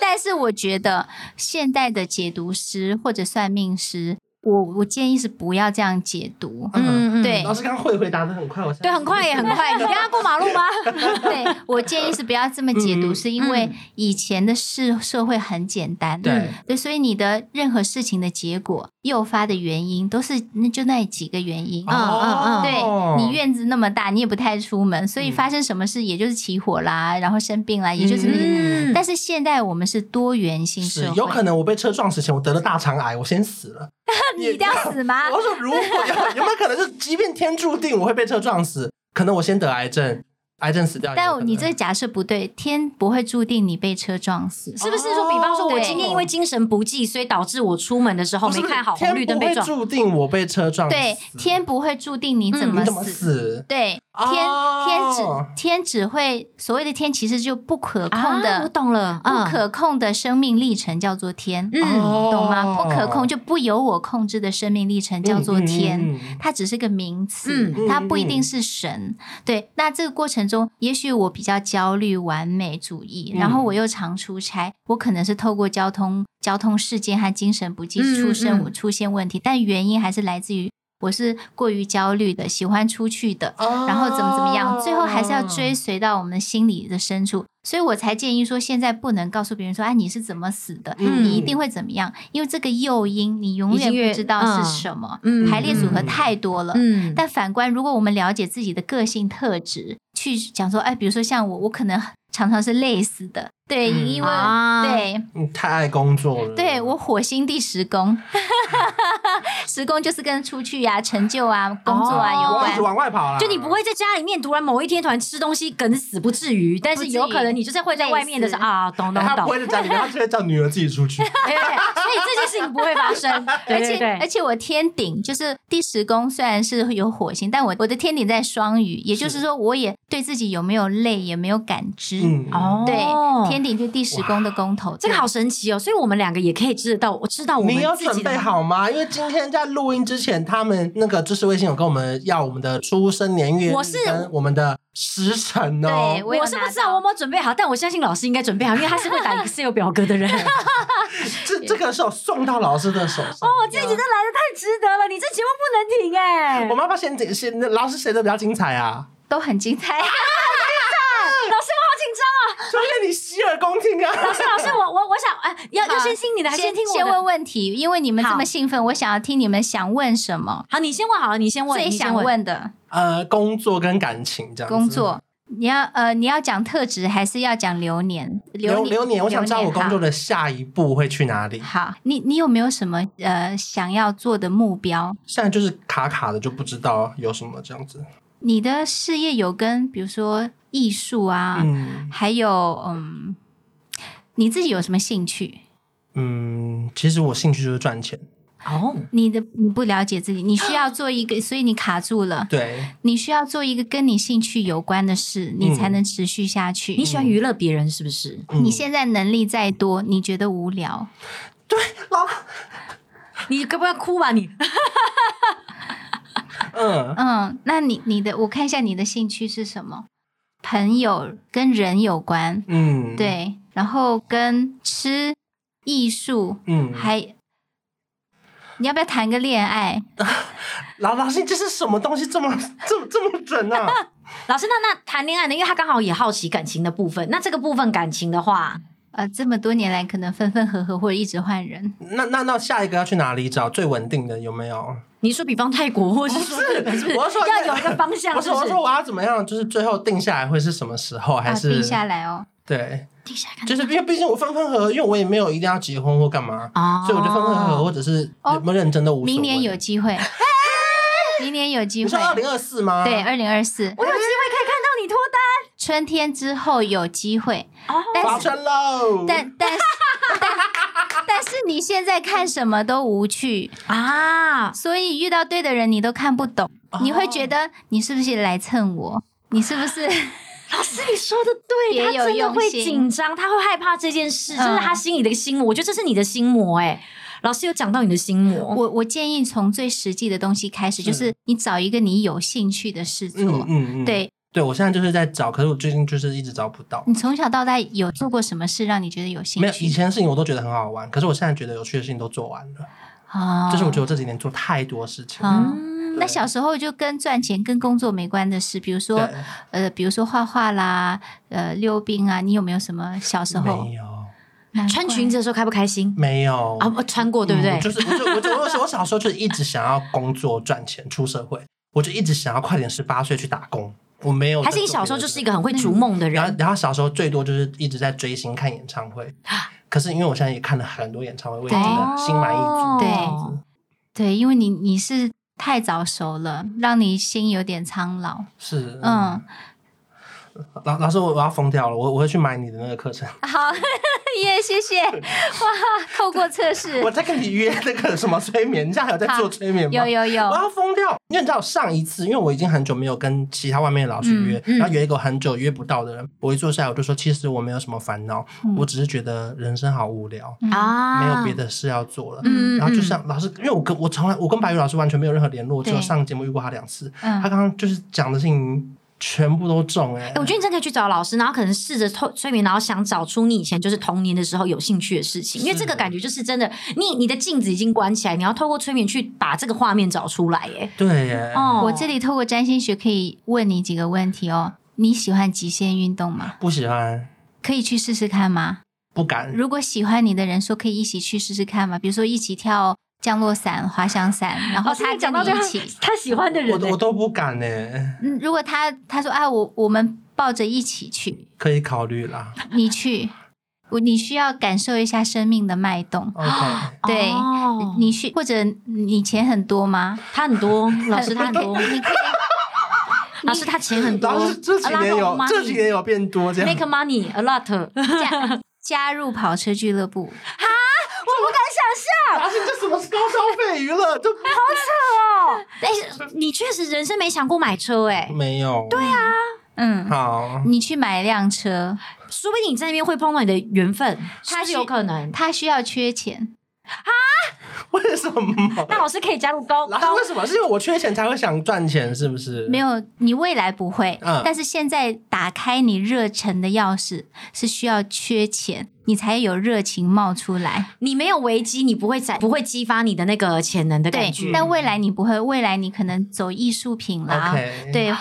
B: 但是我觉得现代的解读师或者算命师，我我建议是不要这样解读。
A: 嗯嗯，
B: 对啊
C: 老师刚刚会回答的很快，我
A: 对，很快也很快。你跟他过马路吗？
B: [LAUGHS] 对我建议是不要这么解
C: 嗯
B: 读，是因为
A: 嗯
B: 以前的社社会很简单，
C: 对
B: 对，所以你的任何事情的结果、诱发的原因都是那就那几个原因。
C: 哦
A: 嗯嗯嗯
B: 对你院子那么大，你也不太出门，所以
C: 嗯
B: 发生什么事，也就是起火啦，然后生病啦，也就是那些。
A: [LAUGHS] 嗯，
B: 但是现在我们是多元性
C: 是
B: 社会，
C: 有可能我被车撞死前，我得了大肠癌，我先死了。 [LAUGHS]
B: 你一定
A: [LAUGHS]
B: 要死吗？
C: 我说如果 [LAUGHS] 有有没有可能，就是即便天注定我会被车撞死，可能我先得癌症，癌症死掉也有可能。
B: 但你这个假设不对，天不会注定你被车撞死。
A: 是不是说，比方
C: 哦
A: 说我
B: 对
A: 今天因为精神不济，所以导致我出门的时候
C: 不是
A: 没看好红绿灯被
C: 天不
A: 撞
C: 会？注定我被车撞死，
B: 对，天不会注定你怎
A: 嗯
C: 你
B: 么
C: 怎么
B: 死。
C: 死？
B: 对，天、
C: 哦
B: 天只天只会所谓的天，其实就不可控的、
A: 啊我懂了，嗯
B: 不可控的生命历程叫做天，
A: 嗯
C: 哦
B: 懂吗？不可控就不由我控制的生命历程叫做天。
C: 嗯嗯嗯
B: 它只是个名词，
A: 嗯
B: 它不一定是神。对，那这个过程中，也许我比较焦虑、完美主义，
C: 嗯
B: 然后我又常出差，我可能是透过交通交通事件和精神不济
A: 嗯
B: 出
A: 嗯
B: 生
A: 嗯
B: 我出现问题，但原因还是来自于我是过于焦虑的，喜欢出去的，
C: 哦
B: 然后怎么怎么样，最后还是要
A: 哦
B: 追随到我们心里的深处。所以我才建议说，现在不能告诉别人说，哎、你是怎么死的，
C: 嗯
B: 你一定会怎么样，因为这个诱因你永远
A: 已经越
B: 不知道是什么，
A: 嗯
B: 排列组合太多了。
A: 嗯，
B: 但反观，如果我们了解自己的个性特质，去讲说，哎，比如说像我，我可能常常是累死的，对，
C: 嗯
B: 因为、
A: 啊
B: 对，
C: 你太爱工作了。
B: 对我火星第十宫， [LAUGHS] 十宫就是跟出去啊、成就啊、工作啊
A: 哦
B: 有
C: 我
B: 关
C: 一直。往外跑啦。
A: 就你不会在家里面突然某一天突然吃东西梗死不至于，但是有可能你就是会在外面的时候
B: 类似
A: 啊，懂懂
C: 他
A: 懂
C: 不，会在家
B: [LAUGHS]
C: 里面，他就会叫女儿自己出去。
A: 对对对
C: [LAUGHS]
A: 所以这件事情不会发 [LAUGHS] 生，对
B: 而
A: 对
B: 且
A: 对，
B: 而且我天顶就是第十宫，虽然是有火星，但我我的天顶在双鱼，也就是
C: 是
B: 说我也对自己有没有累也没有感知。
C: 嗯，
A: 哦，
B: 对，天顶就第十宫的宫头，
A: 这个好神奇哦，所以我们两个也可以知道，我知道我们
C: 你有
A: 自
C: 准
A: 己的
C: 备好吗？因为今天在录音之前，他们那个知识微信有跟我们要我们的出生年月日
A: 我是
C: 跟我们的时辰哦
B: 对。
A: 我
B: 有
A: 是不
B: 拿
A: 知道我有没有准备好，但我相信老师应该准备好，因为他是会 [LAUGHS] 打 Excel 表格的人。哦，
C: 这这个是有送到老师的手上。
A: 这一集真的来的太值得了，你这节目不能停哎、
C: 我们要不要先先老师谁的比较精彩啊？
B: 都很精彩。
A: 老师，我好紧张啊！
C: 就跟你洗耳恭听啊！
A: [LAUGHS] 老师，老师，我我我想，哎、要要先 [LAUGHS] 听你的，还是
B: 先
A: 听我
B: 先
A: 的？
B: 问问题，因为你们这
A: 好
B: 么兴奋，我想要听你们想问什么，
A: 好，你先问好了，你先问，
B: 最
A: 你先
B: 想
A: 问。
B: 问的。
C: 呃，工作跟感情这样子。
B: 工作，你要呃，你要讲特质还是要讲流年？流
C: 流流年，我想知道我工
B: 好
C: 作的下一步会去哪里。
B: 好，你你有没有什么呃想要做的目标？
C: 现在就是卡卡的，就不知道有什么这样子。
B: 你的事业有跟比如说艺术啊，
C: 嗯
B: 还有嗯，你自己有什么兴趣？
C: 嗯，其实我兴趣就是赚钱。
A: 哦，
B: 你的你不了解自己，你需要做一个，所以你卡住了。
C: 对，
B: 你需要做一个跟你兴趣有关的事，你才能持续下去。
A: 你喜欢娱乐别人是不是？
C: 嗯
B: 你现在能力再多，你觉得无聊，
C: 老
A: 你该不要哭吧你？
C: 嗯
B: 嗯，那你你的我看一下你的兴趣是什么？朋友跟人有关，
C: 嗯，
B: 对，然后跟吃、艺术，
C: 嗯，
B: 还你要不要谈个恋爱？
C: 老老师，你这是什么东西这么这么这么准呢、啊？
A: 老师，那那谈恋爱呢？因为他刚好也好奇感情的部分。那这个部分感情的话，
B: 呃，这么多年来可能分分合合或者一直换人，
C: 那那那下一个要去哪里找最稳定的？有没有？
A: 你说比方泰国或是说日本，是不是
C: 哦我是说
A: 要有一个方向？
C: 不
A: 是
C: 是，
A: 不
C: 我
A: 是
C: 说我要怎么样？就是最后定下来会是什么时候？还
B: 啊，
C: 是、
B: 定下来哦。
C: 对，
A: 定下来看
C: 就是因为毕竟我分分合合，因为我也没有一定要结婚或干嘛，
A: 哦
C: 所以我就分分合合，或者是有没有认真的
B: 哦
C: 无所谓。
B: 明年有机
C: [LAUGHS]
B: 会，明年有机
C: 你
B: 会
C: 说，二零二四吗？
B: 对，，二零二四
A: 我有机会可以看到你脱
B: 春天之后有机会，
A: 单哦。
B: 但
C: 发
B: 是
C: 生喽！
B: 但但是但但是你现在看什么都无趣。
C: 哎
A: 啊，
B: 所以遇到对的人你都看不懂，
C: 哦
B: 你会觉得你是不是来蹭我？你是不是？
A: 老师你说的对，
B: 别
A: 他
B: 有
A: 真的
B: 用
A: 会
B: 心
A: 紧张，他会害怕这件事，这是
B: 嗯
A: 他心里的一个心魔。我觉得这是你的心魔哎、老师有讲到你的心魔，
B: 我我建议从最实际的东西开始，就是你找一个你有兴趣的事
C: 嗯
B: 做。
C: 嗯嗯，
B: 对嗯
C: 对，我现在就是在找，可是我最近就是一直找不到。
B: 你从小到大有做过什么事让你觉得有兴
C: 没有以
B: 趣？
C: 前的事情我都觉得很好玩，可是我现在觉得有趣的事情都做完了。
B: 啊
C: 这是我觉得我这几年做太多事情。
B: 啊
A: 嗯
B: 那小时候就跟赚钱、跟工作没关的事，比如说
C: 对，
B: 呃，比如说画画啦，呃，溜冰啊，你有没有什么小时候
C: 没有
A: 穿裙
B: 子？
A: 子的时候开不开心
C: 没有
A: 啊？我穿过对不对
C: 嗯？就是我就我就我我小时候就一直想要工作赚钱出社会，我就一直想要快点十八岁去打工。我没有，
A: 还是你小时候就是一个很会逐梦的
C: 然后
A: 人？
C: 然后小时候最多就是一直在追星看演唱会，
A: 啊
C: 可是因为我现在也看了很多演唱会，我也觉得心满意足。
B: 对
A: 哦
B: 对，因为你你是太早熟了，让你心有点苍老。
C: 是，
B: 嗯，
C: 老老师，我我要疯掉了，我我会去买你的那个课程，
B: 好， [LAUGHS] 耶，谢
C: [LAUGHS]
B: 谢！哇，透过测试
C: 我，在跟你约那个什么催眠，你现在还有在做催眠吗？
B: 有有有
C: 我，要疯掉！因为你知道上一次，因为我已经很久没有跟其他外面的老师约，
A: 嗯嗯
C: 然后有一个很久约不到的人，我一坐下来我就说，其实我没有什么烦恼，
B: 嗯
C: 我只是觉得人生好无聊，
B: 嗯
A: 啊，
C: 没有别，的事要做了。
A: 嗯，
C: 然后就
A: 嗯
C: 像老师，因为我跟我从来我跟白宇老师完全没有任何联络，只
B: 对
C: 有上节目遇过他两次。他
B: 嗯，
C: 刚刚就是讲的事情全部都中哎、
A: 哎、我觉得你真的可以去找老师，然后可能试着透催眠，然后想找出你以前就是童年的时候有兴趣的事情，因为
C: 是
A: 这个感觉就是真的，你你的镜子已经关起来，你要透过催眠去把这个画面找出来耶。
C: 对耶，
A: 哦，
B: 我这里透过占星学可以问你几个问题哦。你喜欢极限运动吗？
C: 不喜欢，
B: 可以去试试看吗？
C: 不敢，
B: 如果喜欢你的人说可以一起去试试看吗？比如说一起跳降落伞、滑翔伞，然后
A: 老师
B: 他
A: 你讲
B: 跟
A: 到
B: 你
A: 哦这
B: 一
A: 个
B: 起。
A: 他喜欢的
C: 我
A: 人
C: 都
A: 耶
C: 我都不敢哎、
B: 嗯，如果他他说啊，我我们抱着一起去，
C: 可以考虑
A: [LAUGHS]
C: 啦。
B: 你去，我你需要感受一下生命的脉动。
C: OK，
B: 对
A: 哦
B: 你去或者你钱很多吗？
A: 他很多老师他很多，
B: 你可以
A: 老师他钱很多
C: 老师这几年有
A: A lot of
C: 这几年有变多这
A: money
C: 样
A: make money a lot，我
C: [LAUGHS]
B: 加加入跑车俱乐部，
A: 不
C: 而且这什么是高消费娱乐都
A: 敢想象。哎，你确实人生没想过买车哎，
C: 没有。对啊，
B: 嗯，
C: 好，
B: 你去买一辆车，
A: 说不定你在那边会碰到你的缘分，他
B: 他是
A: 是有可能。
B: 他需要缺钱，
C: 为什么？
A: 那老师可以加入高
C: 老师
A: 高
C: 为什么？是因为我缺钱才会想赚钱，是不是？
B: 没有你未来不会，
C: 嗯
B: 但是现在打开你热忱的钥匙是需要缺钱，你才有热情冒出来。
A: 你没有危机，你不会展，不会激发你的那个潜能的
B: 对
A: 感觉。，
B: 但未来你不会，未来你可能走艺术品
A: 啊
B: 啦
C: OK
B: 对，
A: 哦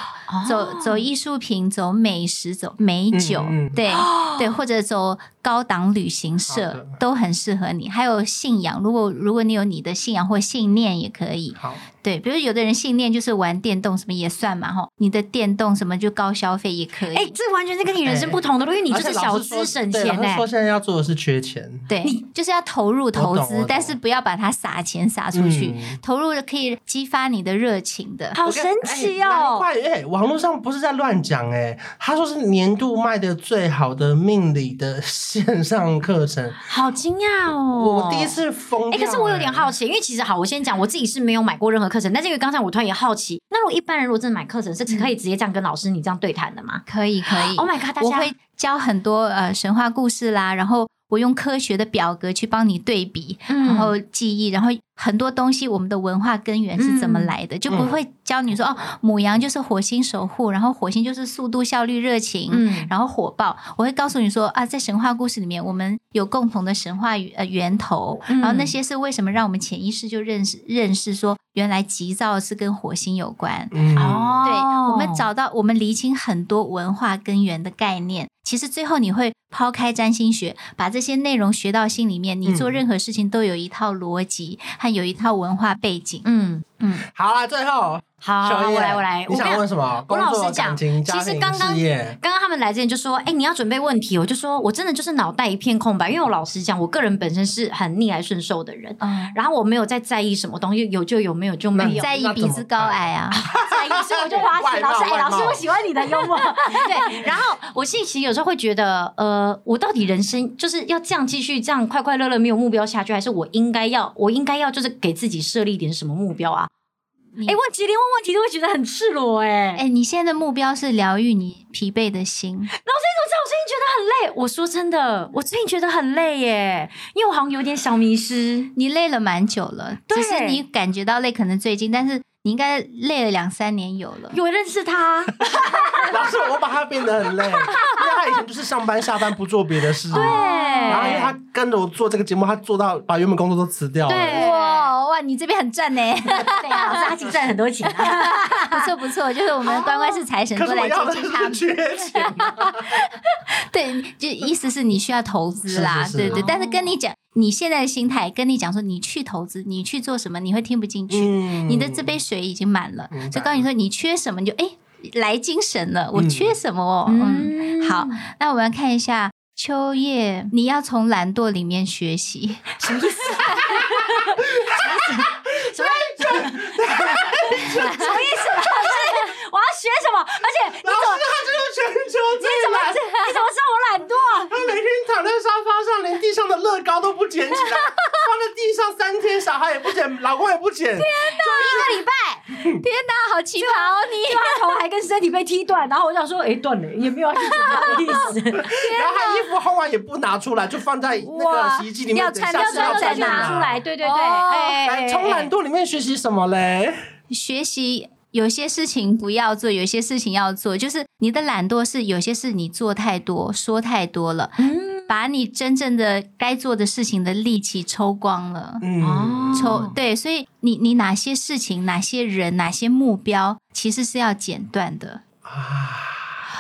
B: 走走艺术品，走美食，走美酒，
C: 嗯嗯
B: 对对，或者走高档旅行
C: 好的
B: 社都很适合你。还有信仰，如果如果你有你的信仰或信念也可以，
C: 好，
B: 对，比如有的人信念就是玩电动什么也算嘛吼，你的电动什么就高消费也可以，
A: 哎、这完全是跟你人生不同的路，因为你就是小资省
C: 哎而且
A: 钱
C: 老师说对老
A: 哎、
C: 师说现在要做的是缺钱，
B: 对，就是要投入投
C: 我懂我
B: 资
C: 懂，
B: 但是不要把它撒钱撒出去，
C: 嗯
B: 投入了可以激发你的热情的。
A: 好
C: 我跟
A: 神奇
C: 哎难
A: 哦！
C: 怪哎、网络上不是在乱讲哎，他说是年度卖的最好的命理的线上课程，
A: 好惊讶哦！
C: 我第一。次疯
A: 哎、
C: 掉、
A: 可是我有点好奇，因为其实好，我先讲，我自己是没有买过任何课程，但是因为刚才我突然也好奇，那如果一般人如果真的买课程，是可以直接这样跟老师你这样对谈的吗
B: 可以可以
C: 嗯
A: ？Oh my god！大家
B: 我会教很多呃神话故事啦，然后我用科学的表格去帮你对比，
A: 嗯
B: 然
C: 呃
B: 后记忆，然后很多东西我们的文化根源是怎
A: 嗯
B: 么来的，就
C: 嗯
B: 不会教你说哦，母羊就是火星守护，然后火星就是速度、效率、热情，
A: 嗯
B: 然后火爆。我会告诉你说啊，在神话故事里面，我们有共同的神话源呃源头，
A: 嗯
B: 然后那些是为什么让我们潜意识就认识认识说，原来急躁是跟火星有关，
C: 嗯
A: 哦，
B: 对，我们找到我们厘清很多文化根源的概念，其实最后你会抛开占星学，把这些内容学到心里面，你做
C: 嗯
B: 任何事情都有一套逻辑和有一套文化背景。
A: 嗯，
B: 嗯，
C: 好啦，最后
A: 好，
C: 小叶
A: 我来，我来，
C: 你
A: 我
C: 想
A: 跟
C: 问什么？
A: 我
C: 工
A: 老
C: 作、
A: 实讲
C: 感情、
A: 其
C: 家
A: 实
C: 庭、
A: 刚刚
C: 事业，
A: 刚刚他们来之前就说：“哎、你要准备问题。”我就说：“我真的就是脑袋一片空白，因为我老实讲，我个人本身是很逆来顺受的人，
B: 嗯，
A: 然后我没有在在意什么东西，有就有，没有就
C: 那
A: 没
C: 你
A: 嗯有，
B: 在意鼻子高矮
A: [LAUGHS]
B: 啊，
A: 在意， [LAUGHS] 所以我就花
C: 外
A: 钱。
C: 貌
A: 老师，哎、
C: 外貌
A: 老师，我喜欢你的幽默。 [LAUGHS] 对，然后我心里其实有时候会觉得，呃，我到底人生就是要这样继续这样快快乐乐没有目标下去，还是我应该要，我应该要就是给自己设立一点什么目标啊？
B: 你
A: 哎、问题连问问题都会觉得很赤裸、哎、
B: 哎，你现在的目标是疗愈你疲惫的心，
A: 我知道，我最近觉得很累。我说真的，我最近觉得很累耶，因为我好像有点小
B: [LAUGHS]
A: 迷失。
B: 你累了蛮久了，
A: 对
B: 只是你感觉到累可能最近，但是你应该累了两三年有了。
A: 有认识他，
C: [LAUGHS] 老师，我把他变得很累，因为他以前就是上班下班不做别的事，对
A: 对，
C: 然后因为他跟着我做这个节目，他做到把原本工作都辞掉了。
A: 对
B: 哇，哇，你这边很赚呢，
A: 对啊，老师他已经赚很多钱了。
B: [LAUGHS] 不错不错，就是我们关关是财神，
C: 可
B: 多
C: 是哦我
B: 来
C: 要
B: 接
C: 的
B: 近他
C: 是
B: 们。
C: 缺钱啊，
B: 对，就意思是你需要投资啦，
C: 是是是
B: 对对。
A: 哦
B: 但是跟你讲，你现在的心态，跟你讲说你去投资，你去做什么，你会听不进去。
C: 嗯
B: 你的这杯水已经满了，
C: 明白嗯
B: 所以告诉你说你缺什么，你就哎来精神了，我缺什么哦。嗯，
A: 嗯，
B: 好，那我们来看一下秋叶，你要从懒惰里面学习，
A: 什么意思？什么意思？什么意思？什么意思？我要学什么？而且你怎
C: 老
A: 么
C: 师他就是全球最
A: 你怎么
C: 懒
A: 知你怎么知道我懒惰？啊
C: 他每天躺在沙发上，连地上的乐高都不捡
B: [LAUGHS]
C: 起来，放在地上三天，小孩也不捡，老公也不捡。
B: 啊
A: 一个礼拜，
B: 天哪，好奇葩哦你！
A: 就他头还跟身体被踢断，然后我想说，哎，断了，也没有要去检查的意 [LAUGHS] 思。
C: 然后他衣服烘完也不拿出来，就放在
B: 啊
C: 那
B: 哇
C: 个洗衣机里面，
B: 要
C: 等
B: 穿
C: 下次
B: 要
C: 要
B: 穿
C: 再
B: 就拿
A: 出来，。对对对，
B: 哦
A: 哎哎
C: 来，从懒惰里面学习什么嘞？
B: 学习有些事情不要做，有些事情要做，就是你的懒惰是有些事你做太多，说太多了，
A: 嗯
B: 把你真正的该做的事情的力气抽光了。
C: 嗯，
B: 抽对，所以你你哪些事情、哪些人、哪些目标，其实是要剪断的。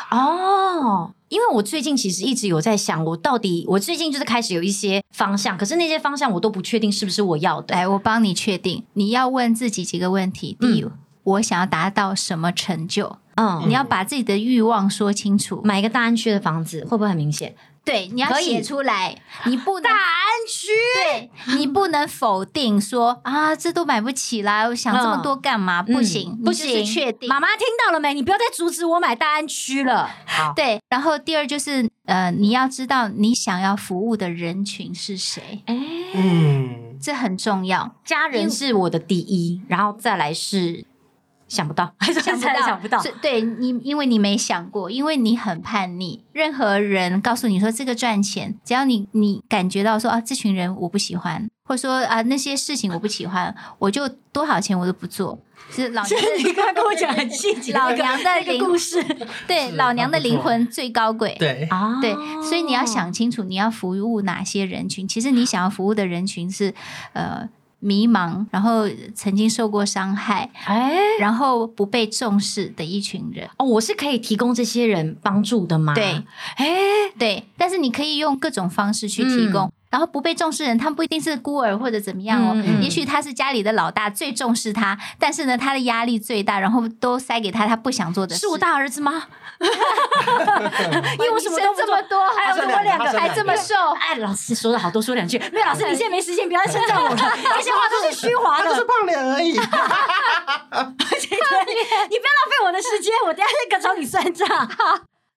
A: 哦。因为我最近其实一直有在想，我到底我最近就是开哎始有一些方向，可是那些方向我都不确定是不是我要的。
B: 来，哎我帮你确定，你要问自己几个问题。第一，我想要达到什么成就？
A: 嗯，
B: 你要把自己的欲望说清楚。
A: 买一个大安区的房子会不会很明显？
B: 对，你要
A: 可以
B: 写出来，你不能
A: 大安区，
B: 对你不能否定说啊，这都买不起啦，我想这么多干嘛？不行，
A: 嗯不
B: 你就是
A: 行，
B: 确定
A: 妈妈听到了没？你不要再阻止我买大安区了。好，
B: 对，然后第二就是呃，你要知道你想要服务的人群是谁，
A: 哎、
C: 嗯，
B: 这很重要。
A: 家人是我的第一，然后再来是想不到，
B: 想不
A: 再
B: 到，
A: 来想不到。
B: 是对你，因为你没想过，因为你很叛逆。任何人告诉你说这个赚钱，只要你你感觉到说啊，这群人我不喜欢，或者说啊那些事情我不喜欢，我就多少钱我都不做。是老娘
A: 是 [LAUGHS] 你刚刚跟我讲很细节，
B: 老
A: 那 [LAUGHS] 个
B: 娘的
A: 那个
B: 灵
A: 故事
B: 对
C: 是
B: 老娘的
C: 那不
B: 灵
C: 错
B: 魂最高贵。
C: 对，
A: 啊
B: 对，所以你要想清楚，你要服务哪些人群？其实你想要服务的人群是，呃，迷茫，然后曾经受过伤害，
A: 哎。
B: 然后不被重视的一群人。
A: 哦，我是可以提供这些人帮助的吗？
B: 对，
A: 哎，
B: 对，但是你可以用各种方式去提供。然后不被重视的人，他们不一定是孤儿或者怎么样哦，
A: 嗯
C: 嗯
B: 也许他是家里的老大，最重视他，但是呢，他的压力最大，然后都塞给他他不想做的事。
A: 是我大儿子吗？ [LAUGHS] 因为我什么都
B: 你生
A: 不
B: 这
A: 做
B: 么
A: [LAUGHS]
B: 多，还有
C: 他生
B: 这么
C: 两
B: 两
C: 个
B: 个，
C: 他生
B: 还这么瘦，
A: 哎，老师说的好，多说两句。没有，老师，你现在没时间，不要再称赞 [LAUGHS] 我了，这些话都是虚华
C: 他
A: [LAUGHS] 的
C: 就。是胖脸而已。
A: [LAUGHS] 你不要浪费我的时间，我等一下再找你算账。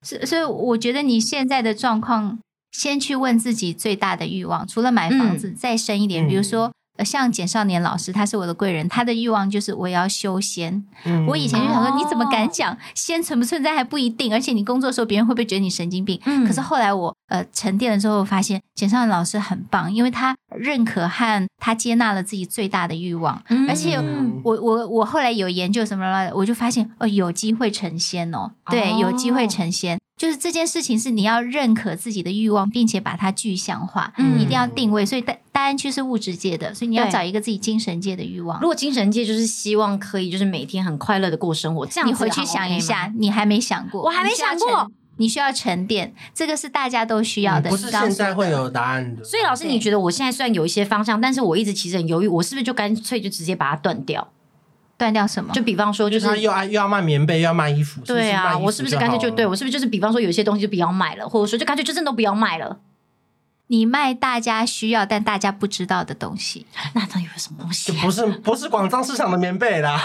B: 所所以我觉得你现在的状况，先去问自己最大的欲望，除了买房子，再深一点，
C: 嗯
B: 比如说。呃像简少年老师，他是我的贵人，他的欲望就是我要修仙。
C: 嗯
B: 我以前就想
A: 哦
B: 说，你怎么敢讲仙存不存在还不一定，而且你工作的时候别人会不会觉得你神经病？
A: 嗯
B: 可是后来我呃沉淀了之后，发现简少年老师很棒，因为他认可和他接纳了自己最大的欲望，
A: 嗯
B: 而且
C: 嗯
B: 我我我后来有研究什么了，我就发现哦，有机会成仙哦，对，
A: 哦
B: 有机会成仙，就是这件事情是你要认可自己的欲望，并且把它具象化，
A: 嗯
B: 一定要定位。所以大大安区是物质界的，所以你要
A: 对
B: 找一个自己精神界的欲望
A: 如。果精神界就是希望可以，就是每天很快乐的过生活，这样
B: 你
A: 子
B: 回去
A: 好
B: 想
A: OK
B: 一
A: 吗
B: 下，你还没想过，
A: 我还没
B: 你需要
A: 想过
B: 沉，你需要沉淀，这个是大家都需要的。
C: 嗯不是
B: 你刚刚
C: 现
B: 说
C: 在
B: 的
C: 会有答案的。
A: 所以老师，
B: 对
A: 你觉得我现在虽然有一些方向，但是我一直其实很犹豫，我是不是就干脆就直接把它断掉？
B: 断掉什么？
A: 就比方说，
C: 就
A: 就是
C: 他
A: 是
C: 又爱又要卖棉被，又要卖衣服。
A: 对啊，我是不是干脆就对我
C: 我？
A: 是不是就是比方说有一些东西就不要买了，或者说就干脆就真的都不要买了？
B: 你卖大家需要但大家不知道的东
A: [LAUGHS]
B: 西，
A: 那到底有什么东
C: [LAUGHS]
A: 西
C: 就
A: 啊、
C: 不是不是广藏市场的棉被啦，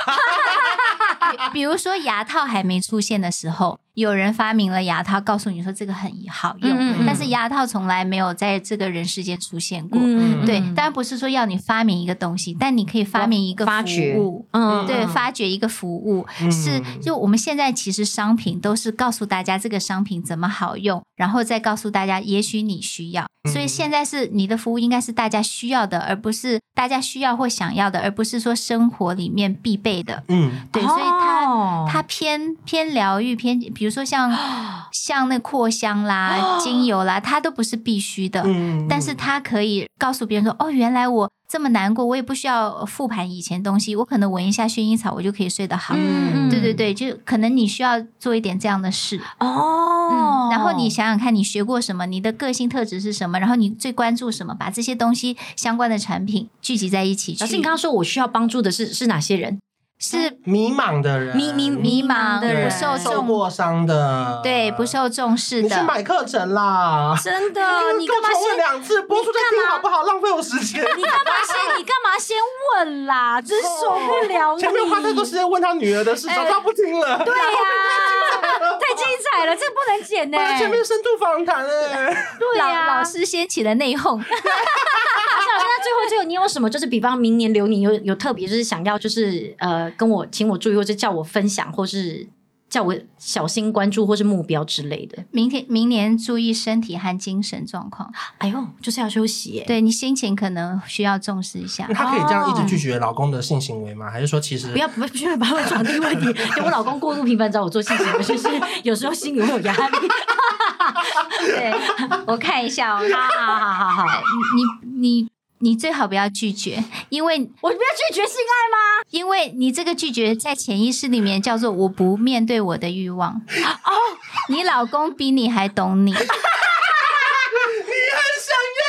B: 比如说牙套还没出现的时候，有人发明了牙套，告诉你说这个很好用，
A: 嗯嗯嗯
B: 但是牙套从来没有在这个人世间出现过。
A: 嗯
B: 对，当然不是说要你发明一个东西，但你可以发明一个
A: 发掘
B: 服务。
A: 嗯
B: 对，发掘一个服务、
C: 嗯
B: 是，就我们现在其实商品都是告诉大家这个商品怎么好用，然后再告诉大家也许你需要，所以
C: 嗯
B: 现在是你的服务应该是大家需要的，而不是大家需要或想要的，而不是说生活里面必备的。
C: 嗯，
B: 对，所以它
A: 哦
B: 它偏偏疗愈，偏比如说像像那扩香啦、精油啦，它都不是必须的。
C: 嗯
B: 但是它可以告诉别人说：“哦，原来我这么难过，我也不需要复盘以前东西，我可能闻一下薰衣草，我就可以睡得好。
A: 嗯
B: 对对对，就可能你需要做一点这样的事，
A: 哦
B: 嗯，然后你想想看，你学过什么，你的个性特质是什么，然后你最关注什么，把这些东西相关的产品聚集在一起去。
A: [LAUGHS] 老师，你刚刚说我需要帮助的是是哪些人？
B: 是
C: 迷茫的人，
A: 迷迷
B: 迷茫
A: 的
C: 对
A: 人
B: 不受
C: 受
B: 重，
C: 过伤的，
B: 对不受重视
C: 你去
B: 的。
C: 买课程啦。哎 [LAUGHS]
A: 真的
C: 你给我重问两次，播出再听好不好？浪费我时间。
A: 你干嘛 [LAUGHS] 先？你干嘛先问啦？真受不了你！
C: 前面花太多时间问他女儿的事，早知道不听了。
A: 对 [LAUGHS] 呀、太精彩了，这个不能剪呢、
C: 我在前面深度访谈哎，
A: 对
B: 老
A: 呀、
B: 老师掀起了内讧，
A: 老师，老师，那最后最后你有什么？就是比方明年流年有有特别，就是想要就是呃跟我请我注意，或者叫我分享，或是叫我小心关注，或是目标之类的。
B: 明天明年注意身体和精神状况，
A: 哎呦，就是要休息耶、
B: 对你心情可能需要重视一下。
C: 她可以这样一直拒
B: 哦
C: 绝老公的性行为吗？还是说其实
A: 不要不要不要把我传递问 [LAUGHS] 题，就我老公过度频繁找我做性行为，就是有时候心里会有压 [LAUGHS] 力。
B: 对， [LAUGHS] 我看一下哦。
A: 好好好好好，
B: 你你你最好不要拒绝，因为
A: 我不要拒绝性爱吗？
B: 因为你这个拒绝在潜意识里面叫做我不面对我的欲望。哦，你老公比你还懂你，
C: 你很想要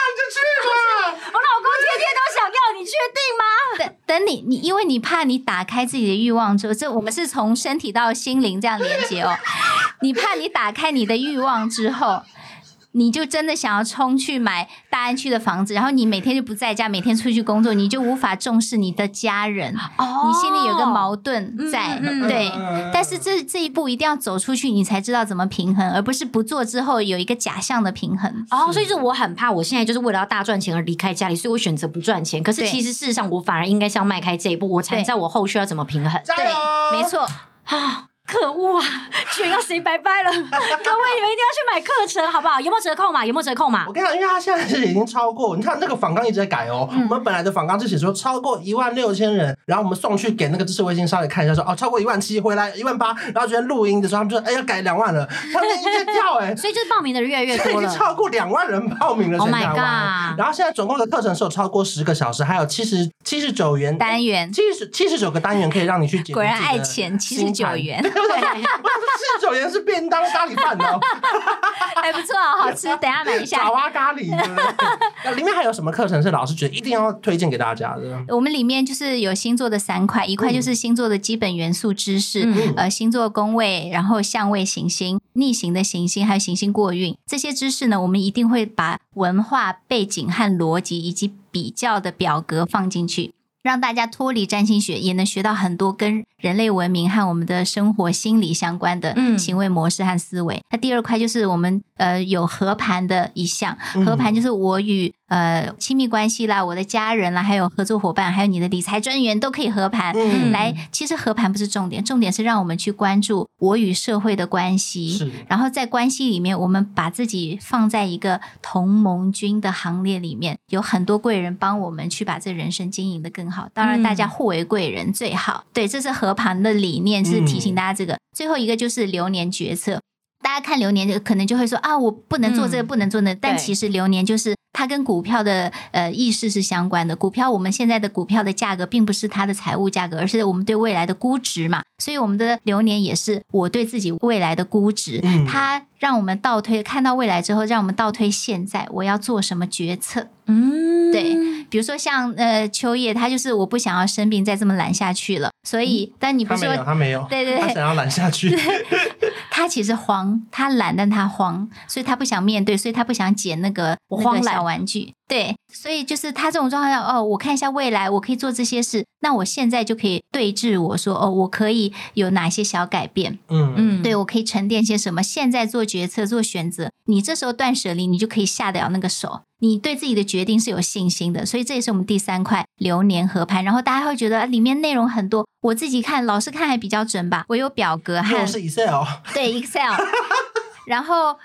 C: 你就去吧？
A: 我老公天天都想要，你确定吗？
B: 等等你你，因为你怕你打开自己的欲望之后，这我们是从身体到心灵这样连接哦。你怕你打开你的欲望之后。你就真的想要冲去买大安区的房子，然后你每天就不在家，每天出去工作，你就无法重视你的家人。
A: 哦
B: 你心里有个矛盾在，
A: 嗯嗯嗯
B: 对。
C: 嗯
B: 但是这这一步一定要走出去，你才知道怎么平衡，而不是不做之后有一个假象的平衡。
A: 哦，所以就是我很怕，我现在就是为了要大赚钱而离开家里，所以我选择不赚钱。可是
B: 对
A: 其实事实上，我反而应该是要迈开这一步，我才
B: 对
A: 知道我后续要怎么平衡。
C: 加
B: 对
C: 油，，
B: 没。错，
A: 啊，可恶啊！ [LAUGHS] 居然要 say 拜拜了，各位你们一定要去买课程好不好？有没有折扣码？有没有折扣码
C: 我？跟你讲，因为他现在是已经超过，你看那个访纲一直在改哦。
B: 嗯
C: 我们本来的访纲是写说超过一万六千人，然后我们送去给那个知识卫星稍微看一下说，哦超过一万七，回来一万八。然后昨天录音的时候，他们说哎要改两万了，他们一直在跳
B: [LAUGHS]
C: 哎、
A: 所以就是报名的人越来越
C: 已 [LAUGHS]
A: 多
C: 经
A: 了。
C: 超过两万人报名了
A: Oh
C: 全
A: my
C: 台湾
A: god
C: 然后现在总共的课程是有超过十个小时，还有七十七十九元
B: 单元
C: 七十七十九个单元可以让你去解决
B: 果然
C: 自己的
B: 爱钱
C: 心
B: 79
C: 烦
B: 元 [LAUGHS]
C: 对不对？七十九元是便当咖喱饭哦，
B: 还不错哦，好吃， [LAUGHS] 等一下买一下
C: 爪。哇咖喱， [LAUGHS] 对不对？那里面还有什么课程是老师觉得一定要推荐给大家的？
A: 嗯
B: 我们里面就是有星座的三块，一块就是星座的基本元素知识，
A: 嗯
B: 呃，星座宫位，然后相位行星、逆行的行星，还有行星过运这些知识呢，我们一定会把文化背景和逻辑以及比较的表格放进去。让大家脱离占星学，也能学到很多跟人类文明和我们的生活心理相关的
A: 嗯
B: 行为模式和思维。那第二块就是我们呃有合盘的一项，
C: 嗯
B: 合盘就是我与呃亲密关系啦、我的家人啦，还有合作伙伴，还有你的理财专员都可以合盘。
C: 嗯
B: 来，其实合盘不是重点，重点是让我们去关注我与社会的关系。
C: 是
B: 然后在关系里面，我们把自己放在一个同盟军的行列里面，有很多贵人帮我们去把这人生经营的更好。当然，
A: 嗯
B: 大家互为贵人最好。对，这是合盘的理念，是提
A: 嗯
B: 醒大家这个。最后一个就是流年决策。大家看流年，可能就会说啊，我不能做这个，
A: 嗯
B: 不能做那个。但
A: 对
B: 其实流年就是它跟股票的呃意识是相关的。股票我们现在的股票的价格，并不是它的财务价格，而是我们对未来的估值嘛。所以我们的流年也是我对自己未来的估值。
C: 嗯
B: 它让我们倒推，看到未来之后，让我们倒推现在我要做什么决策。
A: 嗯，
B: 对比如说像呃秋叶，他就是我不想要生病再这么懒下去了，所以、但你不
C: 他
B: 是
C: 没有，
B: 说
C: 他没有，
B: 对对
C: 他
B: 对
C: 想要懒
B: [LAUGHS]
C: 下去，
B: 他其实慌，他懒，但他慌，所以他不想面对，所以他不想捡那个
A: 我
B: 那个
A: 慌懒
B: 小玩具。对，所以就是他这种状态，哦，我看一下未来，我可以做这些事，那我现在就可以对峙我说，哦，我可以有哪些小改变？
C: 嗯，
A: 嗯，
B: 对，我可以沉淀些什么？现在做决策、做选择，你这时候断舍离，你就可以下得了那个手。你对自己的决定是有信心的，所以这也是我们第三块流年合盘。然后大家会觉得啊里面内容很多，我自己看，老师看还比较准吧。我有表格和
C: 又是 Excel，
B: 对 Excel，然后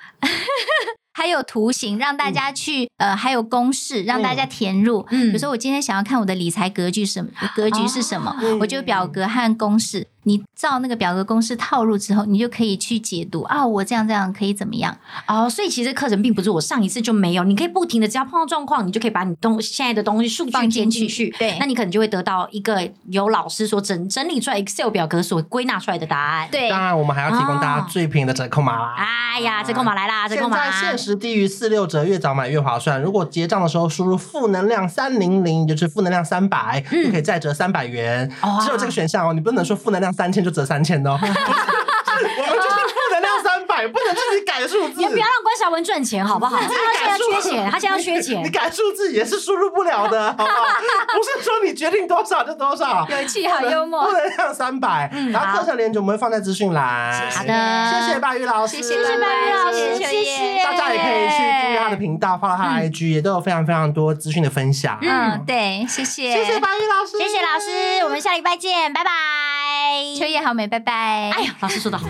B: [LAUGHS] 还有图形让大家去、呃，还有公式让大家填入。
A: 嗯
B: 比如说，我今天想要看我的理财格局什么格局是什么，
C: 嗯
B: 我就表格和公式，你照那个表格公式套入之后，你就可以去解读啊，我这样这样可以怎么样？
A: 哦，所以其实课程并不是我上一次就没有，你可以不停的，只要碰到状况，你就可以把你东现在的东西数据
B: 放
A: 填
B: 进
A: 进
B: 去
A: 去，
B: 对
A: 那你可能就会得到一个由老师所整整理出来 Excel 表格所归纳出来的答案。，
B: 对，
C: 当然，我们还要提供大家
A: 哦
C: 最便宜的折扣码啦。
A: 哎呀，折扣码来啦，折扣
C: 现
A: 码
C: 在限时低于四六折，越早买越划算。如果结账的时候输入负能量三零零，就是负能量三百、
A: 嗯
C: 就可以再折三百元。
A: 哇
C: 只有这个选项哦，你不能说负能量三千就折三千的哦。 [LAUGHS] 不是我们就是负能量三百，不能自己改数字。
A: 也不要让关晓雯赚钱好不好？他
C: 你改
A: 现在
C: 数
A: 缺
C: 字
A: 钱，他现在要缺
C: [LAUGHS]
A: 钱
C: 你。改数字也是输入不了的，好不好？不是说你决定多少就多少。
B: 有趣，好幽默
C: 负。能量三百，然后
A: 嗯好
C: 课程链接我们会放在资讯栏。
A: 好
B: 的
C: 谢谢白宇老师，
B: 谢
A: 谢谢
B: 拜
A: 白
B: 拜
A: 宇老
B: 谢
A: 师，
B: 谢
A: 谢
B: 秋
A: 谢嗯
B: 叶
C: 大家也可以去订阅他的频道，follow 他的 IG，也都有非常非常多资讯的分享。
B: 嗯，对，谢谢，
C: 谢谢白宇老师，
A: 谢谢老师，我们下礼拜见，拜拜。
B: 秋叶好美，拜拜。
A: 哎呀，老师说的好。